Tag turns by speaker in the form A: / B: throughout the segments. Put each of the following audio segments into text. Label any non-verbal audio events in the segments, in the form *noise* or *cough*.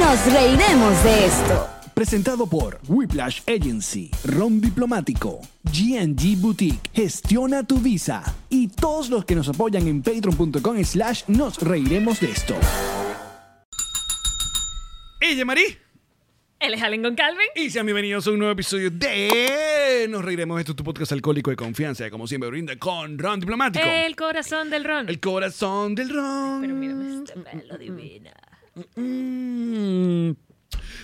A: Nos reiremos de esto.
B: Presentado por Whiplash Agency, Ron Diplomático, GNG Boutique, Gestiona tu Visa y todos los que nos apoyan en patreon.com slash nos reiremos de esto.
C: Ella Marí.
D: Él es Allen con Calvin.
C: Y sean bienvenidos a un nuevo episodio de Nos Reiremos. Esto es tu podcast alcohólico de confianza. que Como siempre, brinda con Ron Diplomático.
D: El corazón del ron.
C: El Mm. corazón del Ron.
D: Pero mírame esta lo divina.
C: Mm.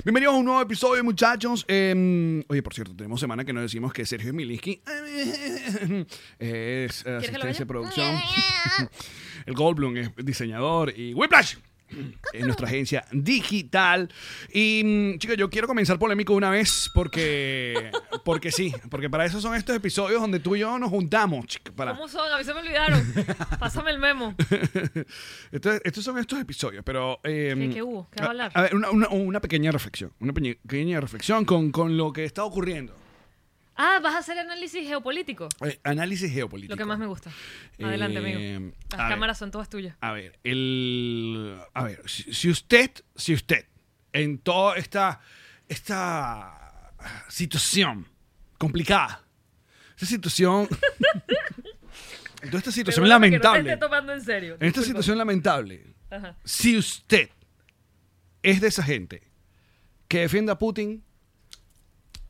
C: Bienvenidos a un nuevo episodio, muchachos. Eh, oye, por cierto, tenemos semana que nos decimos que Sergio Milinski *laughs* es asistente de producción. *laughs* El Goldblum es diseñador y Whiplash en nuestra agencia digital. Y mm, chicos, yo quiero comenzar polémico una vez porque porque sí, porque para eso son estos episodios donde tú y yo nos juntamos, chica, para
D: ¿Cómo son? A mí se
C: *laughs*
D: me olvidaron. Pásame el memo.
C: Entonces, estos son estos episodios, pero... eh,
D: ¿Qué- qué hubo? ¿Qué va a hablar?
C: A ver, una, una- una pequeña reflexión, una peñe- pequeña reflexión con, con lo que está ocurriendo.
D: Ah, vas a hacer análisis geopolítico.
C: Eh, análisis geopolítico.
D: Lo que más me gusta. Adelante,
C: Eh,
D: amigo. Las
C: a ver.
D: cámaras son todas tuyas.
C: A ver, el, a ver si, si usted, si usted, en toda esta, esta situación complicada, esta situación, *laughs* en toda esta situación
D: Perdóname que No te
C: lamentable, Eh.
D: esté tomando en serio.
C: en esta
D: Disculpa.
C: situación lamentable,
D: Ajá.
C: si usted es de esa gente que defiende a Putin,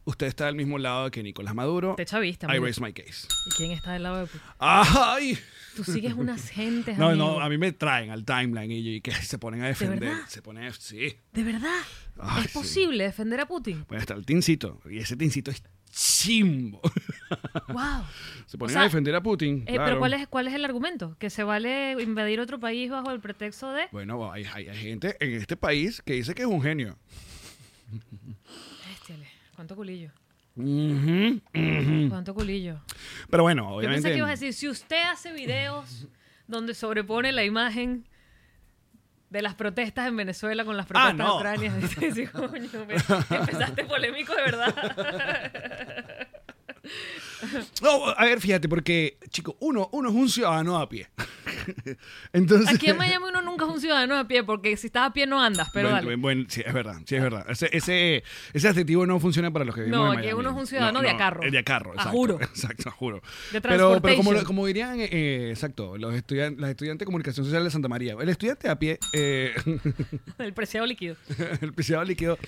C: usted está del mismo lado que Nicolás Maduro.
D: Te chavista,
C: I
D: marico.
C: raise my case.
D: ¿Y quién está del lado de Putin?
C: ¡Ay!
D: Tú sigues
C: *laughs*
D: unas gentes,
C: No,
D: amigo.
C: no, a mí me traen al timeline y, y que se ponen a defender.
D: verdad?
C: se ponen a, sí.
D: ¿De verdad?
C: Ay,
D: ¿Es
C: sí.
D: posible defender
C: *laughs*
D: a Putin?
C: Bueno, está el tincito. Y ese tincito es chimbo. *laughs*
D: ¡Wow!
C: se ponen
D: O sea,
C: a defender a Putin.
D: Eh,
C: claro.
D: Pero ¿cuál es, ¿cuál es el argumento? ¿Que se vale invadir otro país bajo el pretexto de...?
C: Bueno, hay, hay- hay gente en este país que dice que es un genio.
D: Éstiale, ¿cuánto culillo?
C: Ujú, ujú.
D: ¿Cuánto culillo?
C: Pero bueno,
D: Yo
C: obviamente.
D: pensé que ibas a decir, si usted hace videos
C: *laughs*
D: donde sobrepone la imagen de las protestas en Venezuela con las protestas
C: Ah, no.
D: de Ucrania, *laughs* dices, sí, coño,
C: *laughs*
D: me- empezaste polémico de verdad.
C: No, a ver, fíjate, porque, chico, uno, uno es un ciudadano a pie. *laughs* Entonces.
D: Aquí
C: *laughs*
D: en Miami uno nunca es un ciudadano de pie, porque si estás a pie no andas, pero
C: Buen-
D: dale.
C: buen- buen- sí, es verdad, sí, es verdad. Ese, ese, ese adjetivo no funciona para los que vivimos
D: No,
C: en
D: aquí
C: Miami.
D: uno es un ciudadano de a carro.
C: De a carro,
D: A
C: exacto. *laughs*
D: juro.
C: Exacto, a juro. Pero,
D: De
C: pero como,
D: transportation.
C: como dirían, eh, exacto, los, estudian- las estudiantes de comunicación social de Santa María, el estudiante a pie, eh, *laughs*
D: El preciado líquido.
C: el preciado líquido,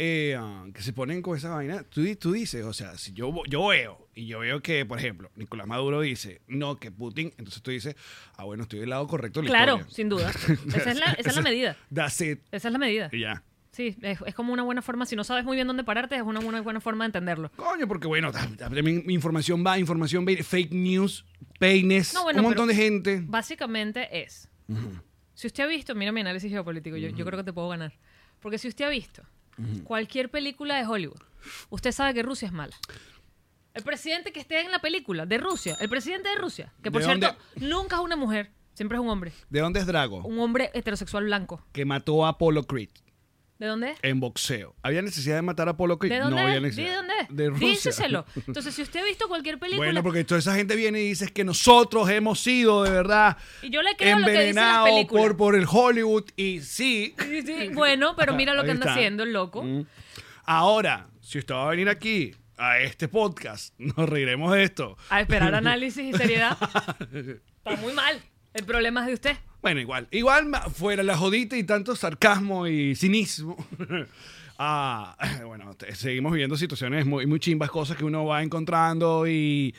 C: eh, ah, que se ponen con esa vaina, tú, di- tú dices, o sea, si yo, vo- yo veo, y yo veo que, por ejemplo, Nicolás Maduro dice, no, que Putin, entonces tú dices, ah, bueno, estoy del lado correcto de la
D: Claro,
C: historia. *laughs*
D: sin duda. Esa es la, esa es la medida.
C: That's it,
D: Esa es la medida.
C: y ya.
D: Sí, es, es como una buena forma, si no sabes muy bien dónde pararte, es una, una buena forma de entenderlo.
C: Coño, porque bueno, ta- ta- también información va, información va, fake news, peines,
D: No, bueno,
C: un montón de
D: pero-
C: gente.
D: Básicamente es, si usted ha visto, mira mi análisis geopolítico, yo, yo creo que te puedo ganar. Porque si usted ha visto cualquier película de Hollywood, usted sabe que Rusia es mala. El presidente que esté en la película de Rusia, el presidente de Rusia, que por
C: ¿De
D: cierto,
C: dónde?
D: nunca es una mujer, siempre es un hombre,
C: ¿De dónde es Drago?
D: un hombre heterosexual blanco.
C: Que mató a Apollo Creed
D: ¿De dónde es?
C: en boxeo. ¿Había necesidad de matar a Apollo Creed?
D: ¿De dónde
C: no había
D: es? ¿Di
C: necesidad.
D: ¿De dónde es?
C: De Rusia. *laughs*
D: Díselo. Entonces, si usted ha visto cualquier película...
C: Bueno, porque toda esa gente viene y dice que nosotros hemos sido de verdad
D: Y yo le creo lo que dicen las
C: envenenados
D: películas.
C: por, por el Hollywood y sí.
D: Sí,
C: *laughs*
D: sí, Bueno, pero mira lo
C: Ahí
D: que anda
C: está. Mm.
D: haciendo el loco.
C: Ahora, si usted va a venir aquí a este *laughs* podcast, nos reiremos de esto. *laughs*
D: A esperar análisis y seriedad. Está muy mal. El problema es de usted.
C: Bueno, igual. Igual ma- fuera la jodita y tanto sarcasmo y cinismo. *laughs* Ah, *laughs* bueno, te- seguimos viviendo situaciones muy, muy chimbas, cosas que uno va encontrando y.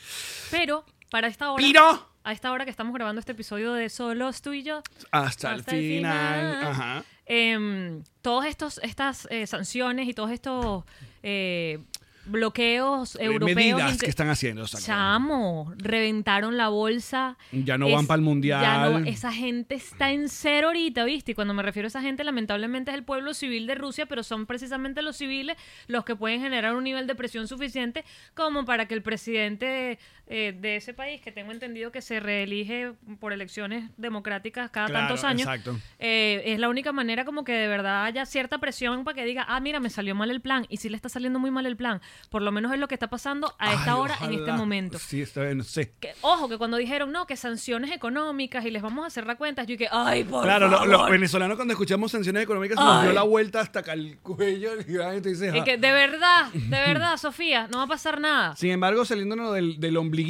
D: Pero para esta hora.
C: ¡Piro!
D: A esta hora que estamos grabando este episodio de Solos tú y yo.
C: Hasta, el final. Ajá.
D: em, todos estos estas eh, sanciones y todos estos eh, bloqueos
C: Eh,
D: europeos.
C: medidas
D: inte-
C: que están haciendo. exacto.
D: Chamo, reventaron la bolsa.
C: Ya no van pa'l mundial.
D: ya no- esa gente está en cero ahorita, ¿viste? Y cuando me refiero a esa gente, lamentablemente es el pueblo civil de Rusia, pero son precisamente los civiles los que pueden generar un nivel de presión suficiente como para que el presidente eh, de ese país, que tengo entendido que se reelige por elecciones democráticas cada
C: Claro,
D: tantos años,
C: exacto.
D: eh, es la única manera como que de verdad haya cierta presión para que diga, ah, mira, me salió mal el plan, y si le está saliendo muy mal el plan, por lo menos es lo que está pasando a esta
C: Ay,
D: hora, en este
C: ojalá.
D: momento
C: Sí, está bien, sí.
D: que- ojo, que cuando dijeron, no, que sanciones económicas y les vamos a cerrar cuentas, yo dije, ay, por
C: Claro, lo-
D: favor.
C: los venezolanos cuando escuchamos sanciones económicas se nos
D: Ay.
C: dio la vuelta hasta acá el cuello *laughs* y ay, tú dices,
D: Y
C: ah.
D: que, de verdad, de verdad, Sofía, no va a pasar nada.
C: Sin embargo, saliéndonos del, del ombliguismo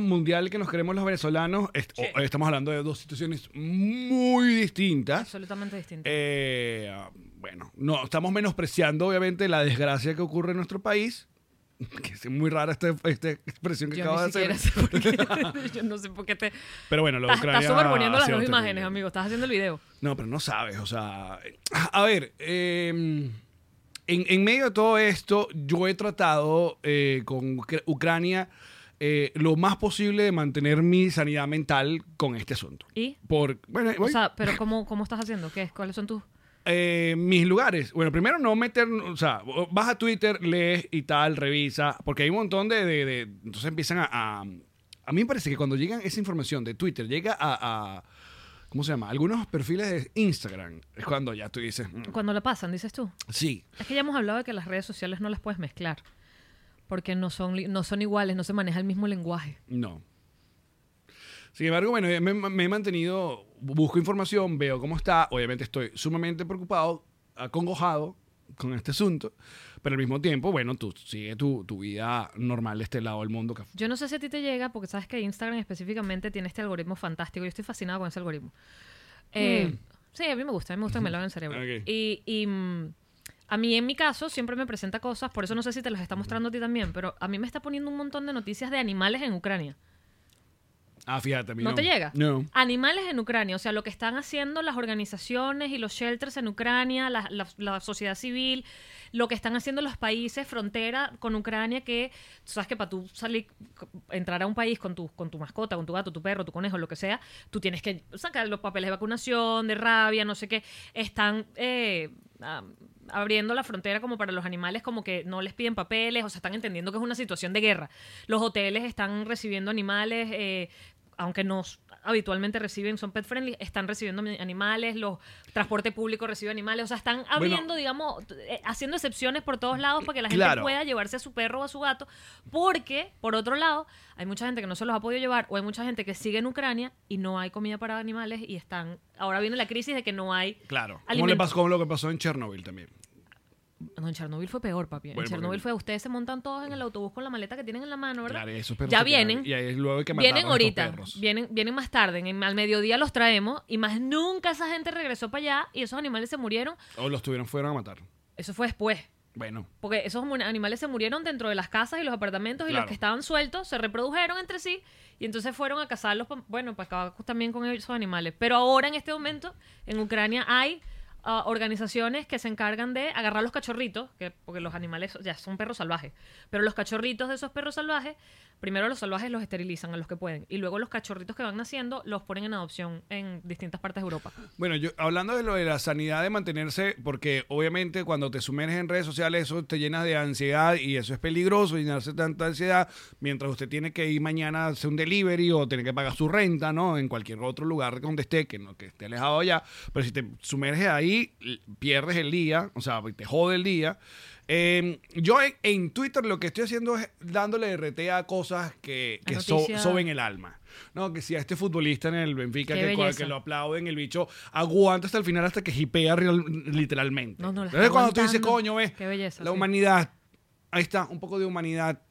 C: mundial que nos queremos los venezolanos, est- o- estamos hablando de dos situaciones muy distintas.
D: Absolutamente distinto.
C: Eh, bueno, no, estamos menospreciando obviamente la desgracia que ocurre en nuestro país. *laughs* Que es muy rara esta, esta expresión que
D: yo
C: acabo de
D: ni siquiera
C: hacer.
D: sé por
C: *laughs*
D: qué. *laughs* yo no sé por qué te.
C: Pero bueno, lo
D: Estás, estás superponiendo las dos imágenes,
C: amigo.
D: amigo. Estás haciendo el video.
C: No, pero no sabes, o sea... A ver, eh, en, en medio de todo esto, yo he tratado eh, con Ucra- Ucrania eh, lo más posible de mantener mi sanidad mental con este asunto.
D: ¿Y?
C: Por, bueno,
D: O
C: voy-
D: sea, pero ¿cómo, cómo estás haciendo? ¿Qué es? ¿Cuáles son tus.?
C: eh, mis lugares. Bueno, primero no meter, o sea, vas a Twitter, lees y tal, revisa, porque hay un montón de... de- de- entonces empiezan a, a... a mí me parece que cuando llegan esa información de Twitter, llega a... a- ¿Cómo se llama? Algunos perfiles de Instagram. Es cuando ya tú dices, "Mm,
D: Cuando la pasan, dices tú.
C: sí,
D: Es que ya hemos hablado de que las redes sociales no las puedes mezclar. Porque no son, li- no son iguales, no se maneja el mismo lenguaje.
C: No. Sin embargo, bueno, me, me he mantenido, busco información, veo cómo está. Obviamente estoy sumamente preocupado, acongojado con este asunto, pero al mismo tiempo, bueno, tú sigue tu, tu vida normal de este lado del mundo. que-
D: Yo no sé si a ti te llega, porque sabes que Instagram específicamente tiene este algoritmo fantástico. Yo estoy fascinado con ese algoritmo. Eh, Sí, a mí me gusta, a mí me gusta que me lo hagan el cerebro.
C: Ok.
D: Y, y, mm, a mí, en mi caso, siempre me presenta cosas, por eso no sé si te las está mostrando a ti también, pero a mí me está poniendo un montón de noticias de animales en Ucrania.
C: Ah, fíjate, a mí
D: ¿No, te llega?
C: No.
D: Animales en Ucrania, o sea, lo que están haciendo las organizaciones y los shelters en Ucrania, la, la- la sociedad civil, lo que están haciendo los países frontera con Ucrania, que tú sabes que para tú salir, c- entrar a un país con tu, con tu mascota, con tu gato, tu perro, tu conejo, lo que sea, tú tienes que sacar los papeles de vacunación, de rabia, no sé qué. Están eh, ah, abriendo la frontera como para los animales, como que no les piden papeles, o sea, están entendiendo que es una situación de guerra. Los hoteles están recibiendo animales. eh, aunque no s- habitualmente reciben, son pet friendly, están recibiendo mi- animales, los transporte público recibe animales, o sea, están abriendo, digamos, t- eh, haciendo excepciones por todos lados para que la gente
C: Claro.
D: pueda llevarse a su perro o a su gato, porque, por otro lado, hay mucha gente que no se los ha podido llevar, o hay mucha gente que sigue en Ucrania y no hay comida para animales y están, ahora viene la crisis de que no hay...
C: Claro. Como,
D: alimento.
C: le pasó, como lo que pasó en Chernobyl también.
D: No, en Chernobyl fue peor, papi.
C: Bueno,
D: en
C: porque-
D: Chernobyl fue, ustedes se montan todos en el autobús con la maleta que tienen en la mano, ¿verdad?
C: Claro, y esos perros
D: ya
C: se quedaron-
D: vienen.
C: Y ahí luego hay que matar
D: Vienen
C: a estos
D: ahorita,
C: perros.
D: vienen, vienen más tarde, en, al mediodía los traemos y más nunca esa gente regresó para allá y esos animales se murieron.
C: O los tuvieron, fueron a matar.
D: Eso fue después,
C: Bueno.
D: porque esos mu- animales se murieron dentro de las casas y los apartamentos y
C: Claro.
D: los que estaban sueltos se reprodujeron entre sí y entonces fueron a cazarlos, pa- bueno, para acabar también con esos animales. Pero ahora en este momento en Ucrania hay ah, organizaciones que se encargan de agarrar los cachorritos, que, porque los animales ya son perros salvajes, pero los cachorritos de esos perros salvajes, primero los salvajes los esterilizan a los que pueden y luego los cachorritos que van naciendo los ponen en adopción en distintas partes de Europa.
C: Bueno, yo hablando de lo de la sanidad de mantenerse, porque obviamente cuando te sumerges en redes sociales eso te llenas de ansiedad y eso es peligroso, llenarse de tanta ansiedad, mientras usted tiene que ir mañana a hacer un delivery o tiene que pagar su renta, ¿no? En cualquier otro lugar donde esté, que no que esté alejado ya, pero si te sumerges ahí, l- pierdes el día, o sea, te jode el día. Eh, yo en, en Twitter lo que estoy haciendo es dándole RT a cosas que,
D: La
C: que so-
D: noticia-
C: soben el alma. No, que si a este futbolista en el Benfica
D: Qué
C: que, cua-
D: belleza.
C: que lo aplauden, el bicho aguanta hasta el final hasta que hipea real- literalmente.
D: No, no, la está
C: Entonces cuando tú dices,
D: aguantando.
C: coño, ves,
D: Qué belleza,
C: la
D: sí.
C: humanidad, ahí está, un poco de humanidad,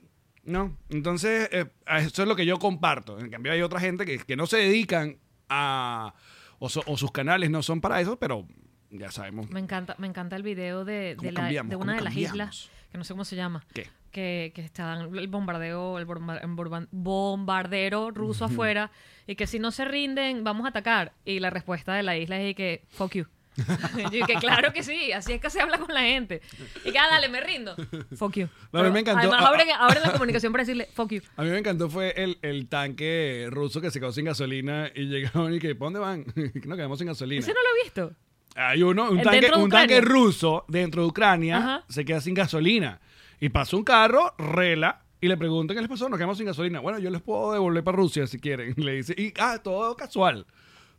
C: ¿no? Entonces, eh, eso es lo que yo comparto. En cambio, hay otra gente que, que no se dedican a. O, so- o sus canales no son para eso, pero ya sabemos.
D: Me encanta, me encanta el video de,
C: ¿Cómo
D: de, la-
C: cambiamos?
D: de
C: ¿Cómo
D: una de las
C: cambiamos?
D: islas, que no sé cómo se llama.
C: ¿Qué?
D: Que, que está el bombardeo, el bomba- el borba- bombardero ruso afuera, y que si no se rinden, vamos a atacar. Y la respuesta de la isla es y que, fuck you. *laughs* y que claro que sí, así es que se habla con la gente. Y que, ah, dale,
C: *laughs*
D: me rindo. Fuck you.
C: No, a mí me encantó.
D: Además,
C: Ah,
D: abren,
C: ah.
D: abren la comunicación para decirle, fuck you.
C: A mí me encantó fue el, el tanque ruso que se quedó sin gasolina y *laughs* llegaron y que, ¿para dónde van? *laughs* no quedamos sin gasolina.
D: Ese no lo he visto.
C: Hay uno, un
D: El
C: tanque,
D: Eh, dentro de
C: un tanque
D: Ucrania.
C: ruso dentro de Ucrania
D: Ajá.
C: se queda sin gasolina. Y pasa un carro, rela, y le preguntan qué les pasó, nos quedamos sin gasolina. Bueno, yo les puedo devolver para Rusia si quieren. *laughs* Le dice, y ah, todo casual.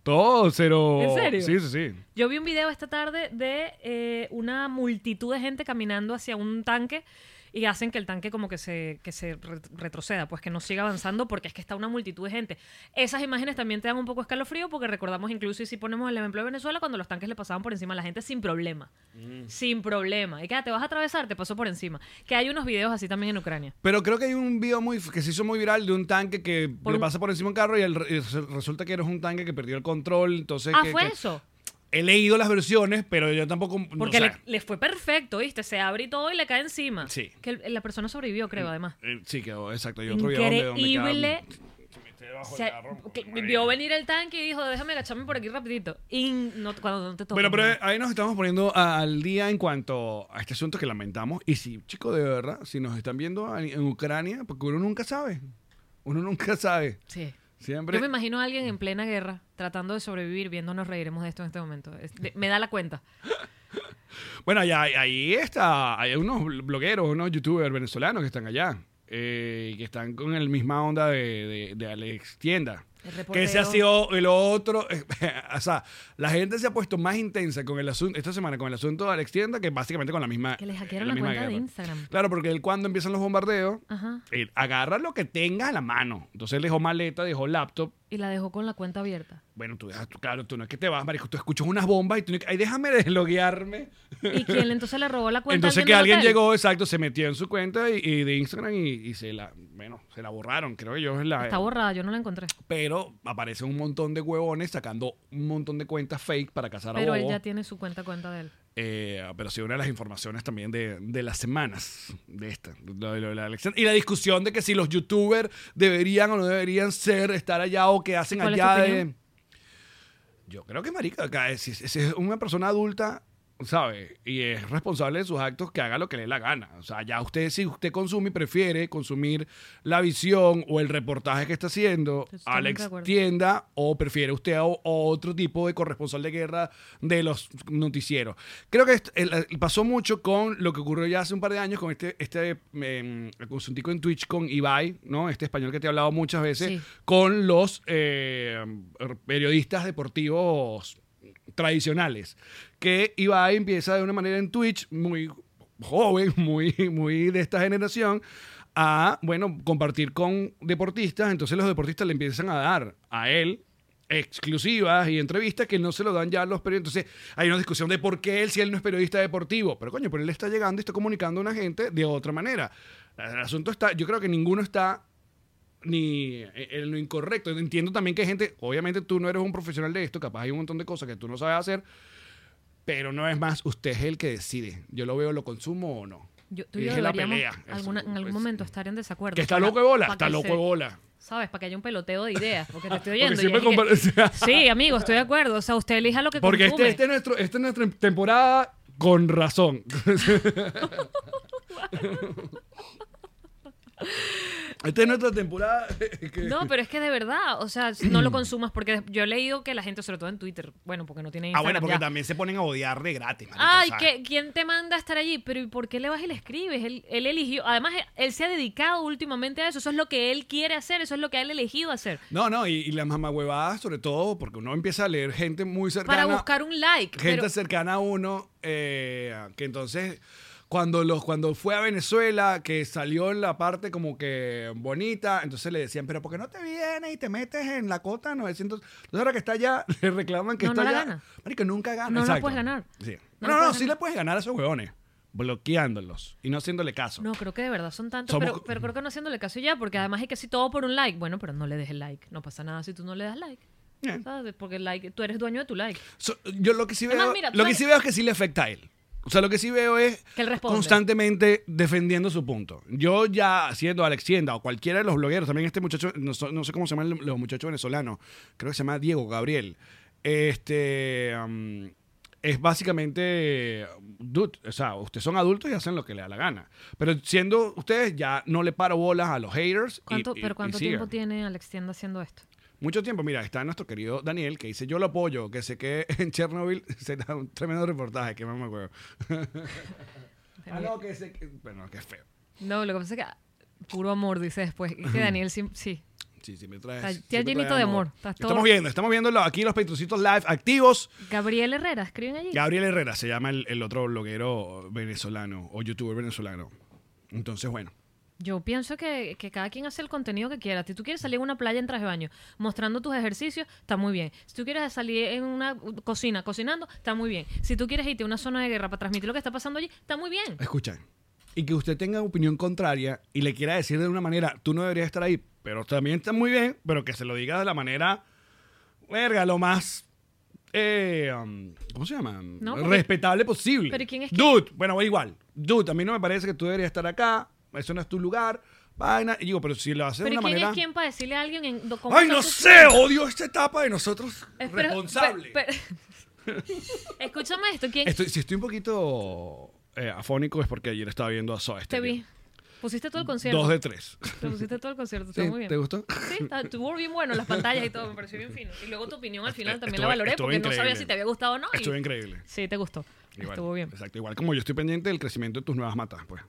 C: Todo cero.
D: ¿En serio?
C: Sí, sí, sí.
D: Yo vi un video esta tarde de eh, una multitud de gente caminando hacia un tanque y hacen que el tanque como que se, que se re- retroceda, pues que no siga avanzando porque es que está una multitud de gente. Esas imágenes también te dan un poco escalofrío porque recordamos incluso, y si ponemos el ejemplo de Venezuela, cuando los tanques le pasaban por encima a la gente sin problema.
C: Mm.
D: Sin problema. Y que ah, te vas a atravesar, te pasó por encima. Que hay unos videos así también en Ucrania.
C: Pero creo que hay un video muy que se hizo muy viral de un tanque que
D: Por
C: le
D: un-
C: pasa por encima un carro y, el- y se- resulta que era un tanque que perdió el control. Entonces,
D: ah,
C: que-
D: fue
C: que-
D: eso.
C: He leído las versiones, pero yo tampoco. no
D: Porque
C: sé.
D: le- le, fue perfecto, ¿viste? Se abre y todo y le cae encima.
C: Sí.
D: Que el- la persona sobrevivió, creo, además.
C: Eh, Sí, quedó, exacto. Hay otro video donde- donde queda-
D: Increíble.
C: el
D: Se-
C: carro,
D: que-
C: marica.
D: vio venir el tanque y dijo, déjame agacharme por aquí rapidito. Y no- cuando no te toca.
C: Bueno, pero ahí nos estamos poniendo al día en cuanto a este asunto que lamentamos. Y si, chicos, de verdad, si nos están viendo en en Ucrania, porque uno nunca sabe. Uno nunca sabe.
D: Sí.
C: Siempre.
D: Yo me imagino a alguien en plena guerra tratando de sobrevivir, viéndonos reiremos de esto en este momento. Es- de- me da la cuenta.
C: Bueno, allá- ahí, está. Hay unos blogueros, unos youtubers venezolanos que están allá. eh, que están con el misma onda de, de- de Alex Tienda.
D: El
C: Que
D: reportero.
C: ese ha sido el otro. eh, *laughs* o sea, la gente se ha puesto más intensa con el asunto, esta semana con el asunto de Alex Tienda, que básicamente con la misma.
D: Que le hackearon la
C: misma
D: cuenta de
C: guerra.
D: Instagram. Ah.
C: Claro, porque él cuando empiezan los bombardeos,
D: Ajá.
C: él agarra lo que tenga a la mano. Entonces él dejó maleta, dejó laptop.
D: Y la dejó con la cuenta abierta.
C: Bueno, tú dejas, tú- claro, tú no es que te vas, marico, tú escuchas unas bombas y tú no es que, ay, déjame desloguearme.
D: Y quien entonces le robó la cuenta.
C: Entonces
D: a
C: que
D: del
C: alguien
D: hotel.
C: llegó, exacto, se metió en su cuenta y, y de Instagram y, y se la, bueno, se la borraron, creo que yo es la.
D: Está borrada, yo no la encontré.
C: pero aparecen un montón de huevones sacando un montón de cuentas fake para cazar
D: Pero
C: a
D: él
C: bobos.
D: ya tiene su cuenta cuenta de él.
C: Eh, pero sí, una de las informaciones también de, de las semanas de esta, lo de- lo de la elección. Y la discusión de que si los youtubers deberían o no deberían ser, estar allá o qué hacen
D: ¿Cuál es
C: allá.
D: tu
C: de-
D: opinión?
C: Yo creo que, Marica, acá es- es- es una persona adulta, ¿sabe? Y es responsable de sus actos que haga lo que le dé la gana. O sea, ya usted, si usted consume y prefiere consumir la visión o el reportaje que está haciendo,
D: Totalmente de
C: Alex
D: acuerdo.
C: tienda o prefiere usted a o- otro tipo de corresponsal de guerra de los noticieros. Creo que esto- el- el- pasó mucho con lo que ocurrió ya hace un par de años con este, este em, asuntico en Twitch con Ibai, ¿no? Este español que te he hablado muchas veces,
D: Sí.
C: con los eh, periodistas deportivos tradicionales. Que Ibai empieza de una manera en Twitch muy joven, *laughs* muy, muy de esta generación, a, bueno, compartir con deportistas. Entonces los deportistas le empiezan a dar a él exclusivas y entrevistas que no se lo dan ya a los periodistas. Entonces hay una discusión de por qué él, si él no es periodista deportivo. Pero coño, pero él está llegando y está comunicando a una gente de otra manera. El asunto está, yo creo que ninguno está ni eh, en lo incorrecto. Entiendo también que hay gente, obviamente tú no eres un profesional de esto, capaz hay un montón de cosas que tú no sabes hacer, pero no es más, usted es el que decide. Yo lo veo, lo consumo o no.
D: Yo, tú
C: Y
D: y yo
C: es la
D: deberíamos
C: pelea, eso,
D: alguna- en algún
C: pues,
D: momento estar en desacuerdo.
C: Que está
D: Para-
C: loco de bola,
D: para
C: está
D: que
C: loco
D: se-
C: de bola.
D: ¿Sabes? Para que haya un peloteo de ideas, porque te estoy
C: *laughs* Porque
D: oyendo. y
C: siempre
D: es que-
C: compara-
D: *laughs* sí, amigo, estoy de acuerdo. O sea, usted elija lo
C: *laughs*
D: que
C: Porque este,
D: consume.
C: este es nuestro, esta es nuestra temporada con razón. *laughs* Esta Este es nuestra temporada. *laughs* que-
D: No, pero es que de verdad, o sea, no lo consumas porque yo he leído que la gente, sobre todo en Twitter, bueno, porque no tiene
C: ah,
D: Instagram.
C: bueno, porque
D: ya.
C: también se ponen a odiar de gratis. marica,
D: Ay,
C: o sea.
D: ¿qué- ¿quién te manda a estar allí? Pero ¿y por qué le vas y le escribes? Él, él eligió, además, él se ha dedicado últimamente a eso. Eso es lo que él quiere hacer, eso es lo que él ha elegido hacer.
C: No, no, y, y las mamahuevadas, sobre todo, porque uno empieza a leer gente muy cercana.
D: Para buscar un like.
C: gente
D: pero-
C: cercana a uno eh, que entonces cuando los cuando fue a Venezuela que salió en la parte como que bonita entonces le decían pero por qué no te vienes y te metes en la cota 900 entonces ahora que está allá *laughs* le reclaman que
D: No,
C: está
D: no la
C: allá
D: gana.
C: marico nunca gana
D: No la
C: exacto.
D: puedes ganar.
C: Sí. no
D: No
C: no,
D: la puedes
C: sí
D: ganar.
C: le puedes ganar a esos huevones bloqueándolos y no haciéndole caso
D: No, creo que de verdad son tantos,
C: Somos- mm.
D: pero, pero creo que no haciéndole caso ya, porque además es que si todo por un like, bueno, pero no le des el like, no pasa nada si tú no le das like.
C: Bien.
D: ¿sabes? Porque el like, tú eres dueño de tu like.
C: So- yo lo que sí
D: Además,
C: veo,
D: mira, tú
C: lo que
D: sabes-
C: sí veo es que sí le afecta a él. O sea, lo que sí veo es
D: Que él responde.
C: constantemente defendiendo su punto. Yo ya siendo Alex Tienda o cualquiera de los blogueros, también este muchacho, no, so- no sé cómo se llaman los muchachos venezolanos, creo que se llama Diego Gabriel. Este am, es básicamente, dude, o sea, ustedes son adultos y hacen lo que les da la gana. Pero siendo ustedes ya no le paro bolas a los haters. y-
D: ¿Cuánto,
C: y-
D: ¿Pero
C: y
D: cuánto
C: sigan.
D: tiempo tiene Alex Tienda haciendo esto?
C: Mucho tiempo, mira, está nuestro querido Daniel que dice, yo lo apoyo, que *laughs* se quede en Chernobyl, se da un tremendo reportaje, que mamá
D: *laughs*
C: huevo. ah, no, que se... que- Bueno, que feo.
D: No, lo que pasa es que ah, puro amor, dice después. Es que Daniel sí. sí.
C: Sí, sí, me
D: Está-
C: traes... sí
D: está
C: me traes
D: llenito de amor, estás todo-
C: Estamos viendo, estamos viendo lo- aquí los Petrocitos live activos.
D: Gabriel Herrera, escriben allí.
C: Gabriel Herrera se llama el, el otro bloguero venezolano o youtuber venezolano. Entonces, bueno.
D: Yo pienso que, que cada quien hace el contenido que quiera. Si tú quieres salir a una playa en traje de baño mostrando tus ejercicios, está muy bien. Si tú quieres salir en una cocina cocinando, está muy bien. Si tú quieres irte a una zona de guerra para transmitir lo que está pasando allí, está muy bien.
C: Escucha, y que usted tenga opinión contraria y le quiera decir de una manera, tú no deberías estar ahí, pero también está muy bien, pero que se lo diga de la manera, verga, lo más, eh, um, ¿cómo se llama?
D: No, porque-
C: Respetable posible.
D: Pero ¿quién es que-
C: Dude, bueno, igual, dude, a mí no me parece que tú deberías estar acá, eso no es tu lugar, vaina, y digo, pero si lo haces de
D: Pero
C: una
D: ¿quién
C: manera...
D: es quien para decirle a alguien en do- cómo
C: Ay,
D: está
C: no
D: su-
C: sé, odio esta etapa de nosotros
D: Eh, pero-
C: responsable.
D: pe- *laughs* pe- Escúchame esto, ¿quién
C: Estoy- si estoy un poquito eh, afónico es porque ayer estaba viendo a Soda
D: te
C: Stereo.
D: vi? Pusiste todo el concierto.
C: Dos de tres.
D: Te pusiste todo el concierto,
C: Sí,
D: está muy bien.
C: ¿Te gustó?
D: Sí, está- estuvo bien bueno las pantallas y todo, me pareció bien fino. Y luego tu opinión al final también la
C: Ah, eh, Estuvo-
D: valoré
C: estuvo
D: porque no sabía
C: increíble.
D: si te había gustado o no. y-
C: Estuvo increíble.
D: Sí, te gustó.
C: Igual, Pues
D: Estuvo bien.
C: Exacto, igual como yo estoy pendiente del crecimiento de tus nuevas matas, pues.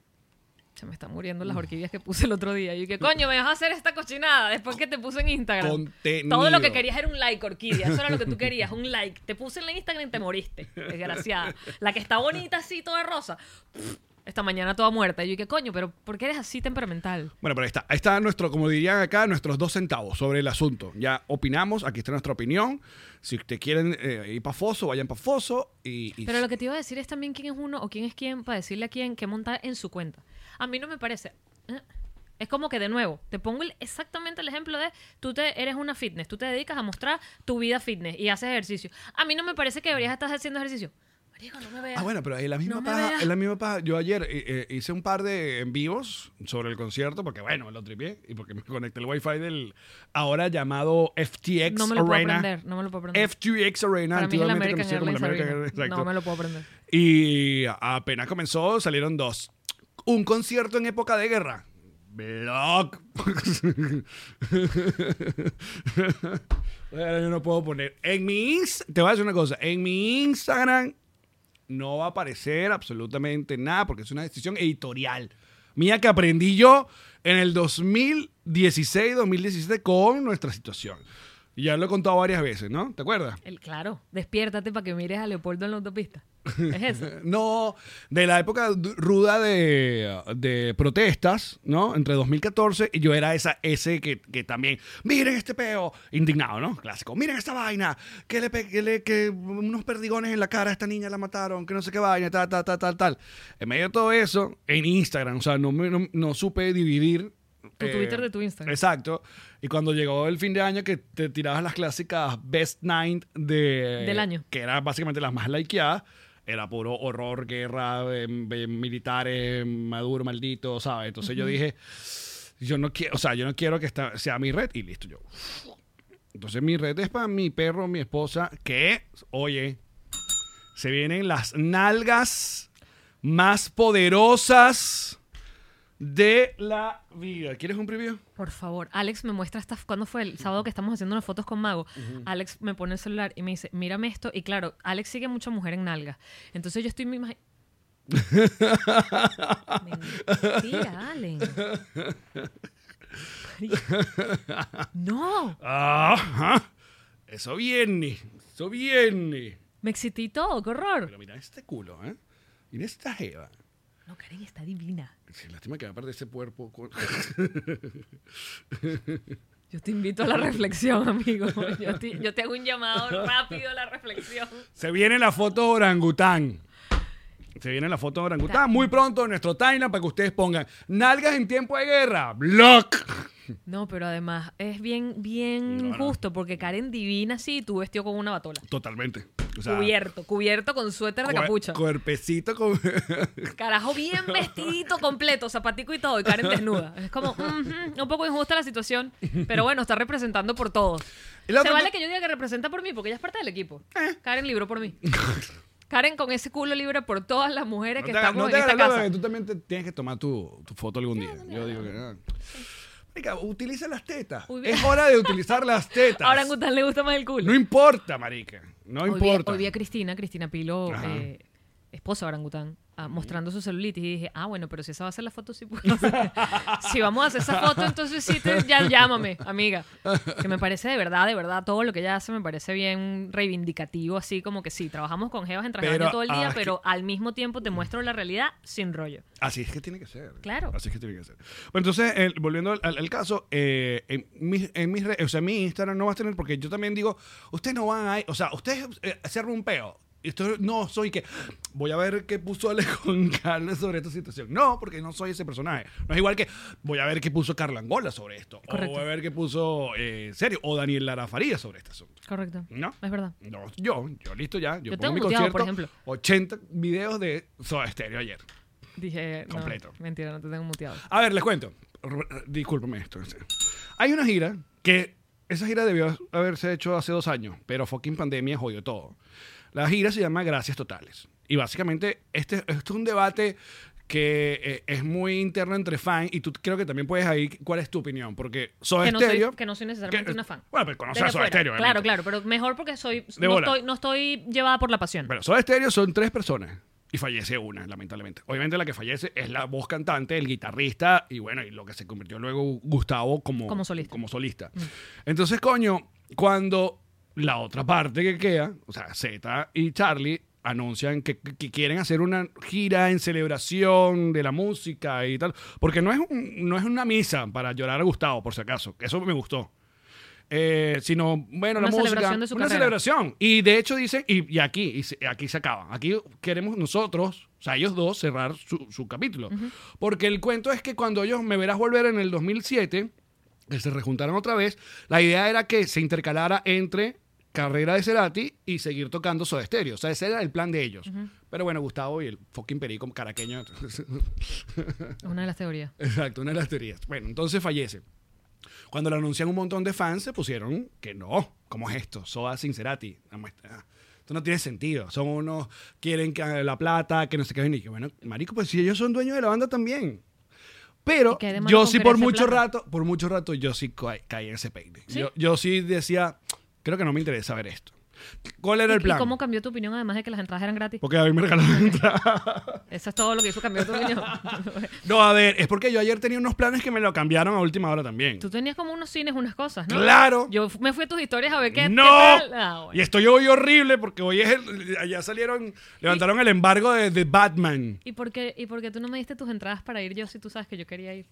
D: Se me están muriendo
C: Mm.
D: las orquídeas que puse el otro día. Y yo que, coño, me vas a hacer esta cochinada después que te puse en Instagram.
C: Contenido.
D: Todo lo que querías era un like, orquídea. Eso era lo que tú querías, un like. Te puse en la Instagram y te moriste. Desgraciada. La que está bonita así, toda rosa. pff, Esta mañana toda muerta. Y yo que, coño, pero ¿por qué eres así temperamental?
C: Bueno, pero ahí está. Ahí está nuestro, como dirían acá, nuestros dos centavos sobre el asunto. Ya opinamos, aquí está nuestra opinión. Si ustedes quieren eh, ir para Foso, vayan para Foso. Y, y-
D: Pero lo que te iba a decir es también quién es uno o quién es quién para decirle a quién que montar en su cuenta. A mí no me parece. eh, Es como que de nuevo, te pongo el- exactamente el ejemplo de tú te eres una fitness, tú te dedicas a mostrar tu vida fitness y haces ejercicio. A mí no me parece que deberías estar haciendo ejercicio. Marico, no me veas.
C: Ah, bueno, pero es la misma
D: No me
C: paja.
D: veas.
C: Es la misma paja. Yo ayer eh, eh, hice un par de en vivos sobre el concierto porque, bueno, me lo tripié y porque me conecté el wifi del ahora llamado FTX
D: no me lo puedo
C: Arena.
D: aprender, no me lo puedo aprender.
C: FTX Arena,
D: para mí es el
C: antiguamente
D: American
C: conocido como
D: Airlines
C: el American
D: Arena.
C: Airlines, exacto.
D: No me lo puedo aprender.
C: Y apenas comenzó, salieron dos. Un concierto en época de guerra. *laughs* Blog. Ahora yo no puedo poner. En mi ins- te voy a decir una cosa. En mi Instagram no va a aparecer absolutamente nada porque es una decisión editorial. Mía que aprendí yo en el 2016, 2017 con nuestra situación. Y ya lo he contado varias veces, ¿no? ¿Te acuerdas?
D: El, claro, despiértate para que mires a Leopoldo en
C: *laughs*
D: la autopista. Es eso.
C: No, de la época du- ruda de, de protestas, ¿no? Entre 2014 y yo era esa, ese que, que también, miren este peo, indignado, ¿no? Clásico, miren esta vaina, que le, pe- que le- que unos perdigones en la cara a esta niña la mataron, que no sé qué vaina, tal, tal, tal, tal, tal. En medio de todo eso, en Instagram, o sea, no, me- no, no supe dividir. eh,
D: Tu Twitter de tu Instagram.
C: Exacto. Y cuando llegó el fin de año que te tirabas las clásicas best night de,
D: Del año.
C: que eran básicamente las más likeadas, era puro horror, guerra, em, em, militares, em, Maduro, maldito, ¿sabes? Entonces yo dije, yo no quiero, o sea, yo no quiero que esta sea mi red y listo, yo. Entonces mi red es para mi perro, mi esposa, que, oye, se vienen las nalgas más poderosas de la vida. ¿Quieres un preview?
D: Por favor, Alex me muestra estas. ¿Cuándo fue el sábado que estamos haciendo unas fotos con Mago? Alex me pone el celular y me dice, mírame esto. Y claro, Alex sigue mucha mujer en nalga. Entonces yo estoy mi imagi- Mentira, Alex. *laughs* No,
C: Ajá. Eso viene, eso viene.
D: me excité y todo, qué horror.
C: Pero mira este culo, ¿eh? Mira esta jeva.
D: No, Karen está divina.
C: Sí, lástima que va a perder ese cuerpo. con-
D: Yo te invito a la reflexión, *laughs* amigo. Yo te, yo te hago un llamado rápido a la reflexión.
C: Se viene la foto de orangután. Se viene la foto de orangután. Muy pronto en nuestro timeline para que ustedes pongan nalgas en tiempo de guerra. Block.
D: No, pero además es bien, bien
C: No, no.
D: justo, porque Karen divina sí, tú vestido con una batola.
C: Totalmente. O sea,
D: cubierto, cubierto con suéter de
C: cuer-
D: capucha.
C: Cuerpecito con. *laughs*
D: Carajo, bien vestidito completo, zapatico y todo, y Karen desnuda.
C: *laughs*
D: Es como ujú, un poco injusta la situación, pero bueno, está representando por todos.
C: Y
D: Se
C: la otra Eh.
D: vale
C: co-
D: que yo diga que representa por mí, porque ella es parte del equipo. Karen libró por mí.
C: *laughs*
D: Karen con ese culo libre por todas las mujeres
C: No
D: que
C: te hagas- no
D: estamos en
C: te hagas
D: esta
C: la loca,
D: casa.
C: que tú también te tienes que tomar tu, tu foto algún día. Yo digo que. ah. Marica, utiliza las tetas.
D: Uy,
C: es
D: bien.
C: hora de utilizar las tetas.
D: Ahora a Gután le gusta más el culo.
C: No importa, marica. No
D: Hoy vi-
C: importa.
D: Hoy vi a Cristina, Cristina Pilo,
C: Ajá.
D: eh, esposa de Orangután, ah, mostrando su celulitis. Y dije, ah, bueno, pero si esa va a ser la foto, sí puedo
C: *laughs*
D: hacer. si vamos a hacer esa foto, entonces sí, te- ya llámame, amiga. Que me parece de verdad, de verdad, todo lo que ella hace me parece bien reivindicativo, así como que sí, trabajamos con Jevas en traje de
C: Pero,
D: baño todo el
C: ah,
D: día,
C: es que-
D: pero al mismo tiempo te muestro la realidad sin rollo.
C: Así es que tiene que ser.
D: Claro.
C: Así es que tiene que ser. Bueno, entonces, eh, volviendo al, al- al caso, eh, en, mis, en mis redes, o sea, mi Instagram no vas a tener, porque yo también digo, ustedes no van a, o sea, ustedes eh, se arman un peo. Y Esto no soy que voy a ver qué puso Ale *laughs* con Carla sobre esta situación. No, porque no soy ese personaje. No es igual que voy a ver qué puso Carla Angola sobre esto.
D: Correcto.
C: O voy a ver qué puso eh, Serio o Daniel Lara Faría sobre este asunto.
D: Correcto.
C: No.
D: Es verdad.
C: No, yo, yo listo ya. Yo,
D: Yo
C: pongo
D: tengo
C: mi
D: muteado,
C: concierto.
D: por ejemplo.
C: 80 videos de Soda Stereo ayer.
D: Dije, no,
C: Completo.
D: mentira, no te tengo muteado.
C: A ver, les cuento. R- r- Discúlpame esto. Hay una gira que esa gira debió haberse hecho hace dos años, pero fucking pandemia jodió todo. La gira se llama Gracias Totales. Y básicamente, este, este es un debate que eh, es muy interno entre fan y tú creo que también puedes ahí cuál es tu opinión, porque Soda
D: Que no, soy,
C: Stereo-
D: que no soy necesariamente
C: que-
D: una fan.
C: Bueno, pero conoces
D: Desde
C: a Soda
D: afuera.
C: Stereo,
D: Claro,
C: obviamente.
D: claro, pero mejor porque soy,
C: ¿eh? De
D: no,
C: bola.
D: estoy, no estoy llevada por la pasión.
C: Bueno, Soda Stereo son tres personas y fallece una, lamentablemente. Obviamente la que fallece es la voz cantante, el guitarrista y bueno, y lo que se convirtió luego Gustavo como,
D: Como solista. Mm.
C: solista. Entonces, coño, cuando la otra parte que queda, o sea, Z y Charlie anuncian que, que quieren hacer una gira en celebración de la música y tal, porque no es, un- no es una misa para llorar a Gustavo, por si acaso, que eso me gustó. Eh, sino, bueno,
D: Una
C: la música,
D: celebración de su
C: una
D: carrera.
C: celebración opción. Y de hecho dicen, y, y aquí, y se- aquí se acaba. Aquí queremos nosotros, o sea, ellos dos, cerrar su, su capítulo. Porque el cuento es que cuando ellos me verás volver en el 2007, que se rejuntaron otra vez, la idea era que se intercalara entre carrera de Cerati y seguir tocando Soda Stereo. O sea, ese era el plan de ellos. Pero bueno, Gustavo y el fucking perico caraqueño. *laughs*
D: Es una de las teorías.
C: Exacto, una de las teorías. Bueno, entonces fallece. Cuando lo anuncian un montón de fans, se pusieron que no. ¿Cómo es esto? Soda Sincerati. Esto no tiene sentido. Son unos, quieren que eh, la plata, que no sé qué. Y que bueno, marico, pues si ellos son dueños de la banda también. Pero
D: ¿Y qué demanda
C: yo
D: con
C: sí por
D: quererse
C: mucho
D: plata?
C: rato, por mucho rato, yo sí ca- caí en ese peine.
D: ¿Sí?
C: Yo, yo sí decía, creo que no me interesa ver esto. ¿Cuál era el
D: ¿Y-
C: plan?
D: ¿Y cómo cambió tu opinión además de que las entradas eran gratis?
C: Porque a mí me regalaron entrada.
D: Eso es todo lo que hizo cambiar tu opinión. *laughs*
C: No, a ver, es porque yo ayer tenía unos planes que me lo cambiaron a última hora también.
D: Tú tenías como unos cines, unas cosas, ¿no?
C: Claro.
D: Yo f- me fui a tus historias a ver qué.
C: ¡No!
D: qué tal. Ah, bueno.
C: Y estoy hoy horrible porque hoy es el- allá salieron, levantaron el embargo de, de Batman.
D: ¿Y por, qué, ¿Y por qué tú no me diste tus entradas para ir yo si tú sabes que yo quería ir?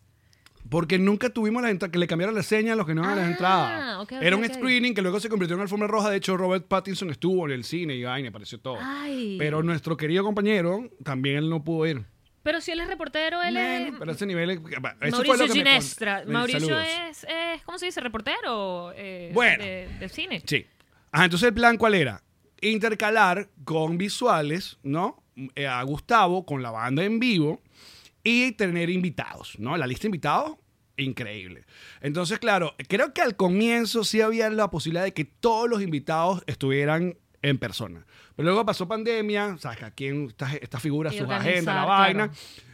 C: Porque nunca tuvimos la entrada, que le cambiaron la seña a los que no daban las
D: Ah,
C: entradas.
D: ok, ok,
C: Era un
D: ok.
C: screening que luego se convirtió en alfombra roja. De hecho, Robert Pattinson estuvo en el cine y vaina, apareció todo.
D: Ay.
C: Oh, Pero nuestro querido compañero también él no pudo ir.
D: Pero si él es reportero, él es.
C: Bueno, pero ese nivel. es- Eso fue lo
D: Mauricio
C: que me con-
D: Ginestra.
C: me-
D: Mauricio
C: saludos.
D: es, es, ¿cómo se dice? Reportero eh,
C: Bueno.
D: de, del cine.
C: Sí. Ajá, entonces el plan, ¿cuál era? Intercalar con visuales, ¿no? Eh, A Gustavo con la banda en vivo y tener invitados, ¿no? La lista de invitados, increíble. Entonces, claro, creo que al comienzo sí había la posibilidad de que todos los invitados estuvieran en persona. Pero luego pasó pandemia, o sea, que aquí en estas estas figuras,
D: Y
C: sus
D: organizar,
C: agendas, la
D: claro.
C: vaina.